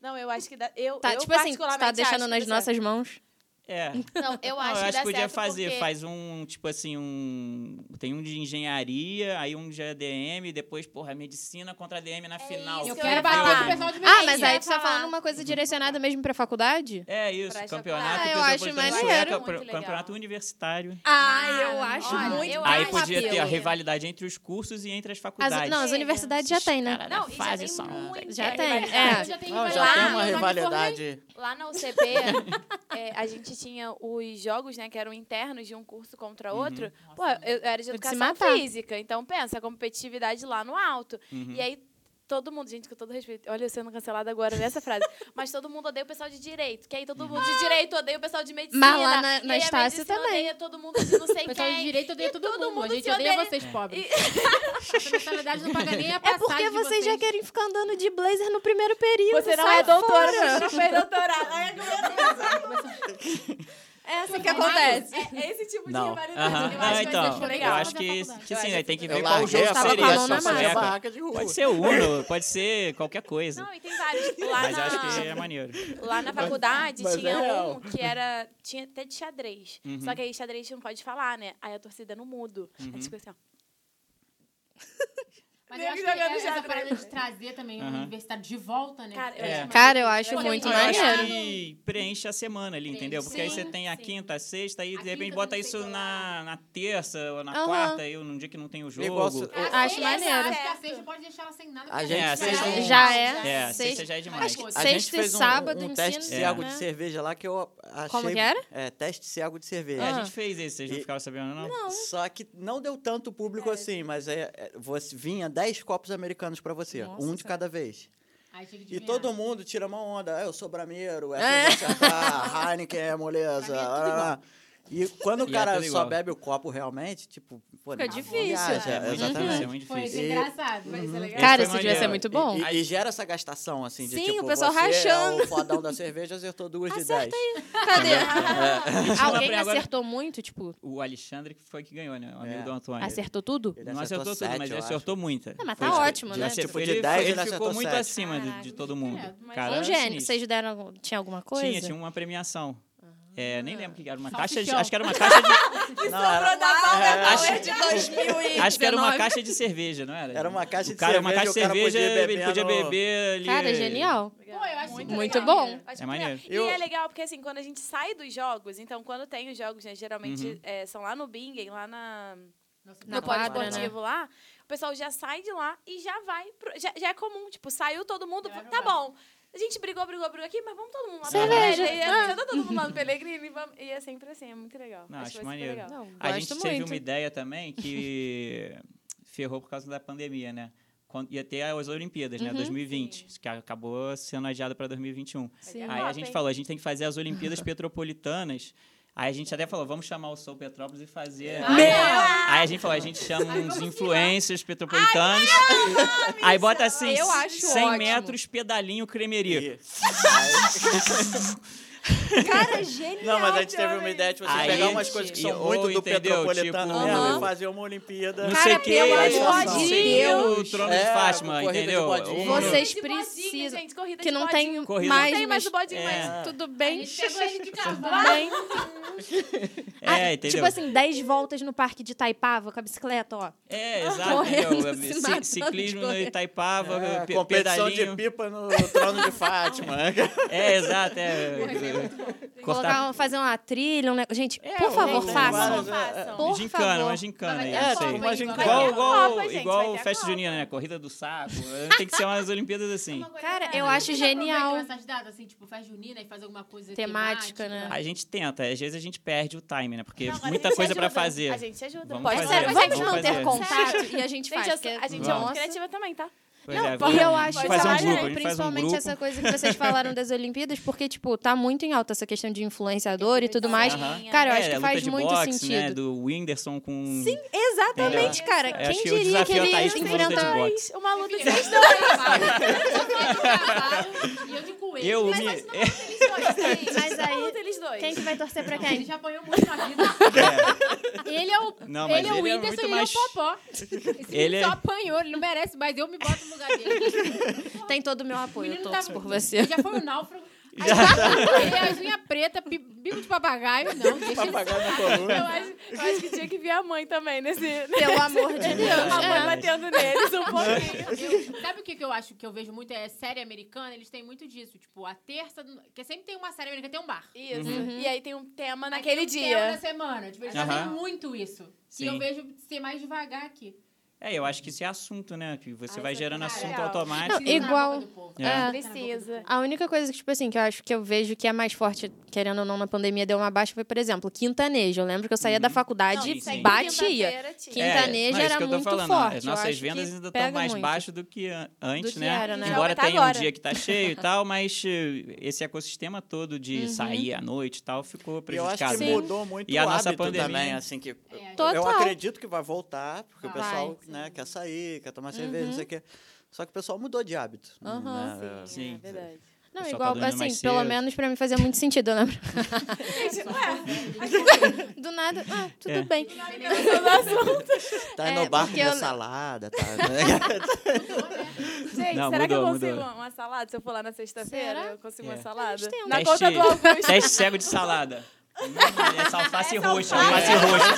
Não, eu acho que dá. Eu, Tá, eu tipo assim, tu particularmente tá acho deixando que nas dá certo. nossas mãos. É. [LAUGHS] Não, eu Não, acho eu que acho dá que podia certo fazer. porque- Faz um, tipo assim, um. Tem um de engenharia, aí um de ADM, depois, porra, é medicina contra ADM na final. É isso Eu que quero ia bater falar. com o pessoal de Ah, Belém. mas aí tu tá falar. falando uma coisa direcionada mesmo pra faculdade? É isso, Pra campeonato. chocolate. Ah, eu acho metropolitano maneiro. sueca, Muito pro- legal. campeonato universitário. Ah, eu Ah, acho olha, muito eu Aí acho podia ter a apelo. rivalidade entre os cursos e entre as faculdades. As, não, as Chega. universidades já tem, né? Não, é e já tem só. muita Já tem, rivalidade. é. Eu já tenho Não, rivalidade. já lá, tem Eu já uma me formei. rivalidade. Lá na UCP, é, a gente tinha os jogos, né, que eram internos de um curso contra outro. Pô, eu, eu era de Eu de se educação matar. física, então pensa, a competitividade lá no alto. Uhum. E aí todo mundo, gente, com todo respeito, olha eu sendo cancelada agora nessa [LAUGHS] frase, mas todo mundo odeia o pessoal de direito, que aí todo mundo Ah! de direito odeia o pessoal de medicina. Mas lá na- e na aí a Estácio medicina também. Odeia todo mundo de não sei [LAUGHS] O pessoal de quem. direito odeia E todo, mundo. A gente se odeia odeia. vocês pobres. E- A mensalidade não paga nem a É passagem porque de vocês, já vocês. querem ficar andando de blazer no primeiro período. Você não sai é doutora, fora. [LAUGHS] você não fez doutorado. Aí a galera- É assim que acontece. É esse tipo de Não. rivalidade. Aham. Eu acho que Não, vai então, ser eu legal. acho que, faculdade. que sim, né? Tem que ver Eu qual larguei jogo a tava com a seria mão na só mão. faculdade. sueca. barraca de rua. Pode ser Uno, pode ser qualquer coisa. Não, e tem vários. Lá Mas na, acho que [LAUGHS] é [LAUGHS] maneiro. lá na faculdade mas é tinha real. Uhum. um que era. Tinha até de xadrez. Só que aí xadrez não pode falar, né? Aí a torcida não muda. Aí tipo Uhum. assim, ó. Mas eu acho que Nego jogando é essa xadrez. parada de trazer também Aham. o universitário de volta, né? Cara, eu É. acho mais- Cara, eu acho Olha, muito eu acho é maneiro. que preenche a semana ali, entendeu? Porque aí Sim, você tem a sim. quinta, a sexta, aí A de repente quinta bota não sei isso qual na, na terça ou na Aham. quarta, aí num dia que não tem o jogo. Negócio- A Acho sexta, maneiro. Acho que a sexta pode deixar ela sem nada. A porque gente ela fez um- Já é. É, a Sexta- sexta já é demais. Acho que- A gente Sexta e fez um, sábado um em teste cima, cego né? de cerveja lá que eu achei... Como que era? É, teste cego de É, cerveja. a Ah. gente fez isso, vocês não E- ficaram sabendo, não? Só que não deu tanto público assim, mas é, é, você vinha 10 copos americanos pra você, Nossa, um de cara. cada vez. Aí chega de E viado. todo mundo tira uma onda. "Ah, Eu sou brameiro, essa É. eu vou [LAUGHS] acertar, Heineken é moleza. Pra mim é tudo lá, lá, lá." E quando E o é cara tudo só igual. bebe o copo realmente, tipo... Pô, Fica não difícil, viaja, É, muito difícil, é Exatamente. muito Foi difícil. E- engraçado. é Vai Uhum. Uhum. ser legal. Cara, Esse isso foi devia ser maneiro. muito bom. E, e gera essa gastação, assim, de Sim, tipo, o pessoal você rachando. É o fodão da cerveja acertou duas de Acerta dez. [LAUGHS] Cadê? Alguém Abre agora. acertou muito, tipo, O Alexandre que foi que ganhou, né? O amigo É. do Antônio. acertou tudo? Ele Não acertou tudo, sete, mas eu ele acertou muita. Ah, mas Foi tá isso. ótimo, Ele né? acertou- Tipo, de ele, 10 ele ele ficou acertou muito sete. acima de- de, Caraca, todo mundo. credo, mas- Cara, um gênio. sinistro. Vocês deram algum- tinha alguma coisa? Tinha, um- tinha uma premiação. É, nem lembro o que era. Uma caixa de, Salsichão. acho que era uma caixa de, acho. Não, era, acho- [LAUGHS] é de 2000 acho que era uma caixa de cerveja, não era? era uma caixa O de cara, é cerveja. uma caixa de cerveja, ele podia no- beber ali. Cara, genial. Pô, eu acho Muito, Muito legal. bom. Acho muito É maneiro. legal. E Eu- é legal porque, assim, quando a gente sai dos jogos, então, quando tem os jogos, né, geralmente Uhum. é, são lá no Bingen, lá na, Nossa, Na no pódio quadra, né? esportivo lá, o pessoal já sai de lá e já vai. Pro, já, já é comum, tipo, saiu todo mundo, Já vai tá jogar. bom. A gente brigou, brigou, brigou aqui, mas vamos todo mundo lá pra Cerveja. Pelé, e Ah. aí Já tá todo mundo lá no Pellegrini e, vamos- e é sempre assim, é muito legal. Não, acho que vai ser maneiro. legal. Não, A gosto gente muito. teve uma ideia também que [LAUGHS] ferrou por causa da pandemia, né? Quando ia ter as Olimpíadas, Uhum. né? 2020, que acabou sendo adiada para 2021. Sim. Aí a Top, gente hein? falou, a gente tem que fazer as Olimpíadas Petropolitanas. Aí a gente até falou, vamos chamar o Sol Petrópolis e fazer. Meu! Aí a gente falou, a gente chama uns influencers petropolitanos. Aí bota assim, Eu acho 100 ótimo. metros, pedalinho, cremeria. E- Aí- Cara, genial. Não, mas a gente teve uma ideia, tipo, assim, Aí, pegar umas coisas que e- são ou, muito do entendeu? Petropolitano Tipo, mesmo aham. e fazer uma Olimpíada. Não Cara, sei o que, pelo aí amor lançar um de vídeo, Deus. o trono de É, Fátima, corrida de entendeu? bodinho. Um- Vocês Corrida de precisam- bodinho, gente, corrida Que de não bodinho. tem Corrida. Não mais, tem mais o mas bodinho, É. mas... tudo A bem. gente pegou ele de cavalo. Bem. É, Ah, entendeu? Tipo assim, 10 voltas no parque de Itaipava com a bicicleta, ó. [LAUGHS] É, exato. Correndo, entendeu? se matando de Ci- tipo assim. ciclismo no correr. Itaipava, É, pe- competição de pedalinho. [LAUGHS] pipa no trono de Fátima. [LAUGHS] É, exato. É, cortar. Colocar, um- fazer uma trilha, um negócio. Gente, É, por favor, tem façam. várias- Por gincana, favor. uma gincana. Vai aí, ter a não É, sei. Copa, tem uma então. gincana. Vai ter a Igual, igual, Copa, gente, igual vai ter a festa Copa. junina, né? Corrida do saco. né? Tem que ser umas Olimpíadas assim. Cara, eu Vocês acho aproveitam genial. essas datas, assim, tipo, faz junina e faz alguma coisa Temática, né? A gente tenta, às vezes a gente perde o time, né? Porque Não, agora a muita gente coisa pra ajuda. fazer. A gente ajuda. Vamos pode É fazer, sério, ser. vamos vamos não ter fazer. contato e a gente Gente, faz. eu sou- porque- a gente é Nossa. muito criativa também, tá? Pois Não, é, e eu vamos acho fazer um fazer grupo, a ótimo, gente faz um principalmente grupo. essa coisa que vocês falaram das Olimpíadas, porque, tipo, tá muito em alta essa questão de influenciador e tudo mais. Aham. Cara, eu acho É, que luta faz de muito boxe, sentido. Né? Do Whindersson com. Sim, exatamente, Entendeu? cara. Eu Quem achei o diria que desafio é tá ele a Thaís com luta de enfrenta. boxe. Uma luta de Vocês estão um E eu de coelho. Eu mas me- isso não é uma [LAUGHS] feliz coisa, gente. Mas aí, luta eles dois. quem que vai torcer pra Ele quem? já apanhou muito na vida. Ele é o, Não, mas ele é o ele é Whindersson e muito ele é mais- o Popó. [LAUGHS] Esse Ele ele é- só apanhou, ele não merece, mas eu me boto no lugar [LAUGHS] dele. Tem todo o meu O apoio, eu menino tá torço por muito- você. Ele já foi um [LAUGHS] náufrago. Aí tá- Ele é as unhas pretas, pi- bico de papagaio. [LAUGHS] Não, deixa ele... Papagaio é na Eu coluna. acho, eu acho que tinha que vir a mãe também [LAUGHS] nesse. [LAUGHS] Pelo amor de Deus. A mãe É. batendo neles um pouquinho. Eu- sabe o que, que eu acho que eu vejo muito? É série americana, eles têm muito disso. Tipo, a terça. Porque sempre tem uma série americana, tem um bar. Isso. Uhum. E aí tem um tema né, Aí naquele tem um tema dia. da semana. Tipo, eles Aham. fazem muito isso. E Sim. eu vejo ser mais devagar aqui. É, eu acho que isso é assunto, né? Que você Ah, vai isso é gerando real. assunto Não, automático. Precisa na igual- boca do povo. É. Ah. É. Precisa. A única coisa que, tipo assim, que eu acho que eu vejo que é mais forte, querendo ou não, na pandemia deu uma baixa, foi, por exemplo, quintanejo. Eu lembro que eu saía da faculdade, Uhum. Não, sim. batia. É, não, Quintanejo isso tá era que eu tô muito falando, forte. As Eu nossas acho que vendas ainda pega estão mais muito. baixo do que an- antes, Do que né? era, né? Embora Tá tenha agora. um dia que tá cheio e tal, mas eh, esse ecossistema todo Uhum. de sair à noite e tal ficou Eu acho que prejudicado. né? mudou muito E a o nossa hábito pandemia. também, assim, que É, Total. eu acredito que vai voltar, porque o Vai. pessoal né, quer sair, quer tomar cerveja, não sei o quê. Só que o pessoal mudou de hábito. Uhum. Aham, é né? Sim. verdade. Não, igual, Pessoal tá dormindo assim, mais pelo cedo. menos pra mim fazia muito sentido, eu [LAUGHS] lembro. [LAUGHS] Do nada, ah, tudo É. bem. Tá É, no bar porque comer eu- salada, tá? [LAUGHS] né? Gente, É. Não, será que eu mudou, consigo mudou. uma salada? Se eu for lá na sexta-feira, Será? um eu consigo É. uma salada? Temos Na Teste- conta do Augusto. Teste cego de salada. Hum, Uhum. Essa alface roxa, alface. alface roxa.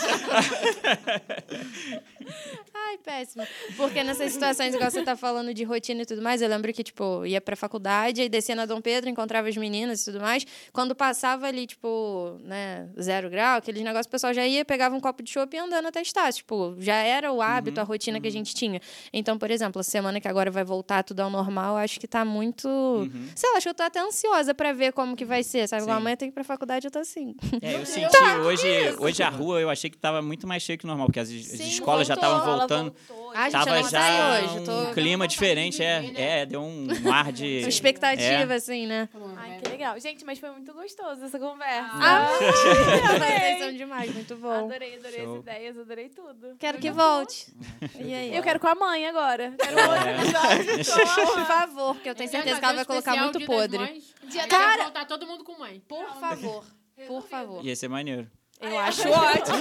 Ai, péssimo. Porque nessas situações, igual você tá falando de rotina e tudo mais, eu lembro que, tipo, ia pra faculdade, aí descia na Dom Pedro, encontrava as meninas e tudo mais. Quando passava ali, tipo, né, zero grau, aqueles negócios, o pessoal já ia, pegava um copo de chopp e ia andando até estar. Tipo, já era o hábito, a rotina que a gente tinha. Então, por exemplo, a semana que agora vai voltar tudo ao normal, acho que tá muito. Sei lá, acho que eu tô até ansiosa pra ver como que vai ser, sabe? Igual Uhum. Sim. amanhã tem que ir pra faculdade, eu tô assim. É, eu senti hoje, hoje a rua, eu achei que tava muito mais cheio que o normal, porque as, as Tá. Sim, escolas já voltou, estavam Ela voltando. voltou. Ah, gente, eu Tava não já saí hoje, eu tô- um clima diferente, é, é, deu um ar de... né? [LAUGHS] Expectativa, assim, né? Ai, É. que legal. Gente, mas foi muito gostoso essa conversa. [LAUGHS] Ah, [LAUGHS] amei. vocês são demais, muito bom. Adorei, adorei Show. É. as ideias, adorei tudo. Quero que volte. E aí? Eu quero com a mãe agora. [LAUGHS] Quero né? outro episódio com Por a mãe. favor, porque eu tenho certeza que ela um vai colocar é muito podre. Cara, vai voltar todo mundo com mãe. Por Por favor. Por favor. é, Ia ser maneiro. Eu acho ótimo.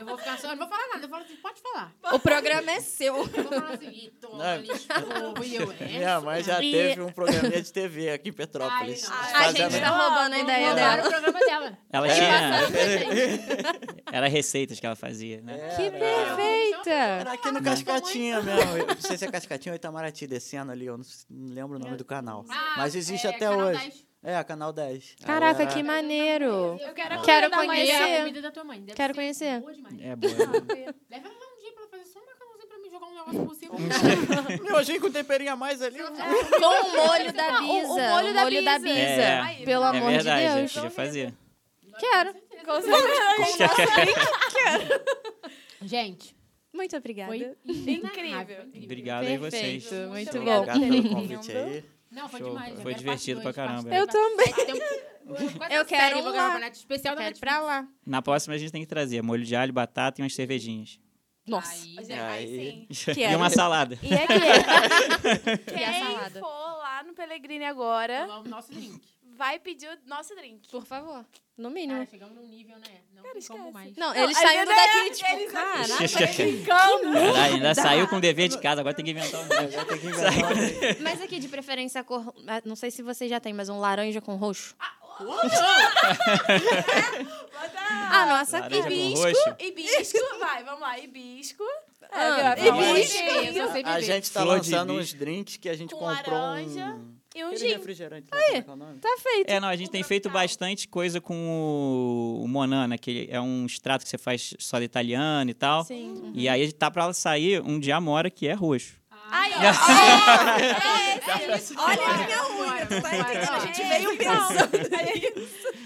Eu vou ficar só, eu não vou falar nada. Eu falo assim, pode falar. O programa é seu. Eu vou falar assim, e toma, [LAUGHS] Não. desculpa, e eu é. Minha mãe já E- teve um programinha de TV aqui em Petrópolis. Ai, A fazendo- gente tá roubando a ideia Roubaram dela. o programa [LAUGHS] dela. Ela É. tinha... assim. Era receitas que ela fazia, né? Que É, perfeita. Era aqui no Cascatinha mesmo. Eu não sei se é Cascatinha ou Itamaraty descendo ali, eu não, s- não lembro o nome do canal. Ah, Mas existe é, até Canal hoje. 10. É, Canal 10. Caraca, Era- que maneiro. Eu quero a Quero comida da mãe. E é a conhecer. comida da tua mãe. Deve Quero ser conhecer. boa demais. É boa. Leva ela lá um dia pra ela fazer só um macarrãozinho pra mim jogar um negócio por cima. [LAUGHS] Miojinho com temperinho a mais ali. né? Com o molho da Não, o- o Bisa. molho da Bisa. É. Bisa. Aí, Pelo é amor de verdade, eu Deus. podia fazer. Quero. Com certeza. Gente, Muito obrigada. foi Incrível. Obrigado aí vocês. Perfeito. Muito bom. obrigada. [LAUGHS] Obrigado pelo convite Lindo. aí. Não, foi Show. demais. eu Foi quero divertido parte pra dois, caramba. parte Eu três. também. Tem um- quase Eu uma quero série, um vou gravar lá. uma noite especial da Quero Netflix. pra lá. Na próxima a gente tem que trazer molho de alho, batata e umas cervejinhas. Nossa. Aí, Gente, aí sim. [LAUGHS] E Quero. uma salada. E é que E a Quem salada? for lá no Pellegrini é agora, o nosso drink. vai pedir o nosso drink. Por favor. No Cara, mínimo. Ah, chegamos num nível, né? Não Cara, tem como esquece. mais. Não, eles Não, saindo a ideia daqui, é tipo, eles- caraca. Brincando. Caralho, ainda saiu com dever de casa, agora tem que inventar um negócio. Vai ter que inventar uma- Mas aqui, de preferência, a cor. ah, Não sei se você já tem, mas um laranja com roxo. Ah, Bota A nossa Laranja aqui. Ah, com roxo. é Hibisco, vai, vamos lá, hibisco. Ah, e não, bicho. é Eu só sei A beber. gente está Flor de lançando bicho. uns drinks que a gente Com comprou laranja. um... E um Aquele gin. refrigerante lá, como é que é o nome? Então, Tá feito. É, não, a gente tem feito Brutal. bastante coisa com o- o Monana, que ele- é um extrato que você faz só de italiano e tal. Sim. E aí tá pra sair um diamora que é roxo. [LAUGHS] Aí, é, ó. Olha a Bora, minha unha, tu tá bora, entendendo? A bora. gente É, veio [LAUGHS] pensando.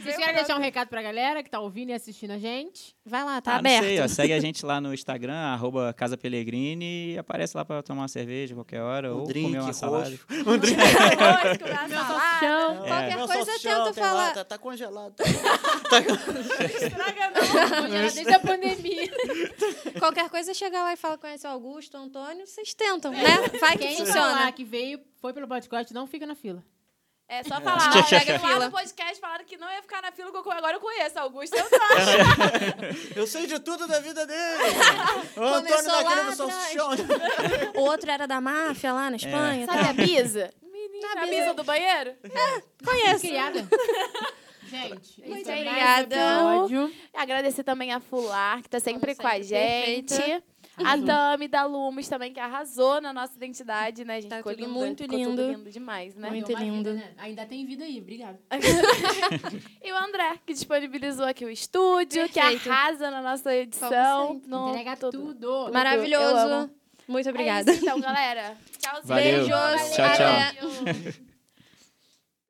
Vocês querem deixar um recado pra galera que tá ouvindo e assistindo a gente? Vai lá, Ah, tá não aberto. sei, ó, segue [LAUGHS] a gente lá no Instagram, arroba Casa Pellegrini, e aparece lá pra tomar uma cerveja a qualquer hora, Um ou drink comer uma salada. roxo. Um drink Arroz, com uma salada. Tchau. Então, É. Qualquer Não, coisa eu salsichão, tento tem lá, falar. tá, tá congelado. Estraga não. Desde a [LAUGHS] pandemia. Qualquer coisa chega lá e fala, conhece o Augusto, o Antônio, vocês tentam, É. né? Vai que Quem funciona. falar que veio, foi pelo podcast, não fica na fila. É só falar. Tchau, Ó, tchau, pega tchau. lá no podcast falaram que não ia ficar na fila com o Agora eu conheço, Augusto. Eu acho. Eu sei de tudo da [LAUGHS] vida dele. o Antônio Começou daquele lá do salsichão. O outro era da máfia lá É. na Espanha. tá? Sabe a Bisa? Sabe a a Bisa do banheiro? é Conheço. Criada. gente, é Muito isso aí. obrigada. Mais um episódio. Agradecer também a Fular, que tá sempre Como com a sempre, gente. perfeita. A Tami da Lumos também, que arrasou na nossa identidade, né, gente? Tá ficou tudo linda, muito ficou tudo lindo. lindo demais, né? Muito Deu uma lindo. vida, né? Ainda tem vida aí, obrigada. E o André, que disponibilizou aqui o estúdio, que Perfeito. arrasa na nossa edição. Como No- Entrega tudo. Eu amo. Maravilhoso. Muito É obrigada. isso, então, galera. Tchauzinho. Valeu. Beijos. Tchau, tchau. Até. Valeu.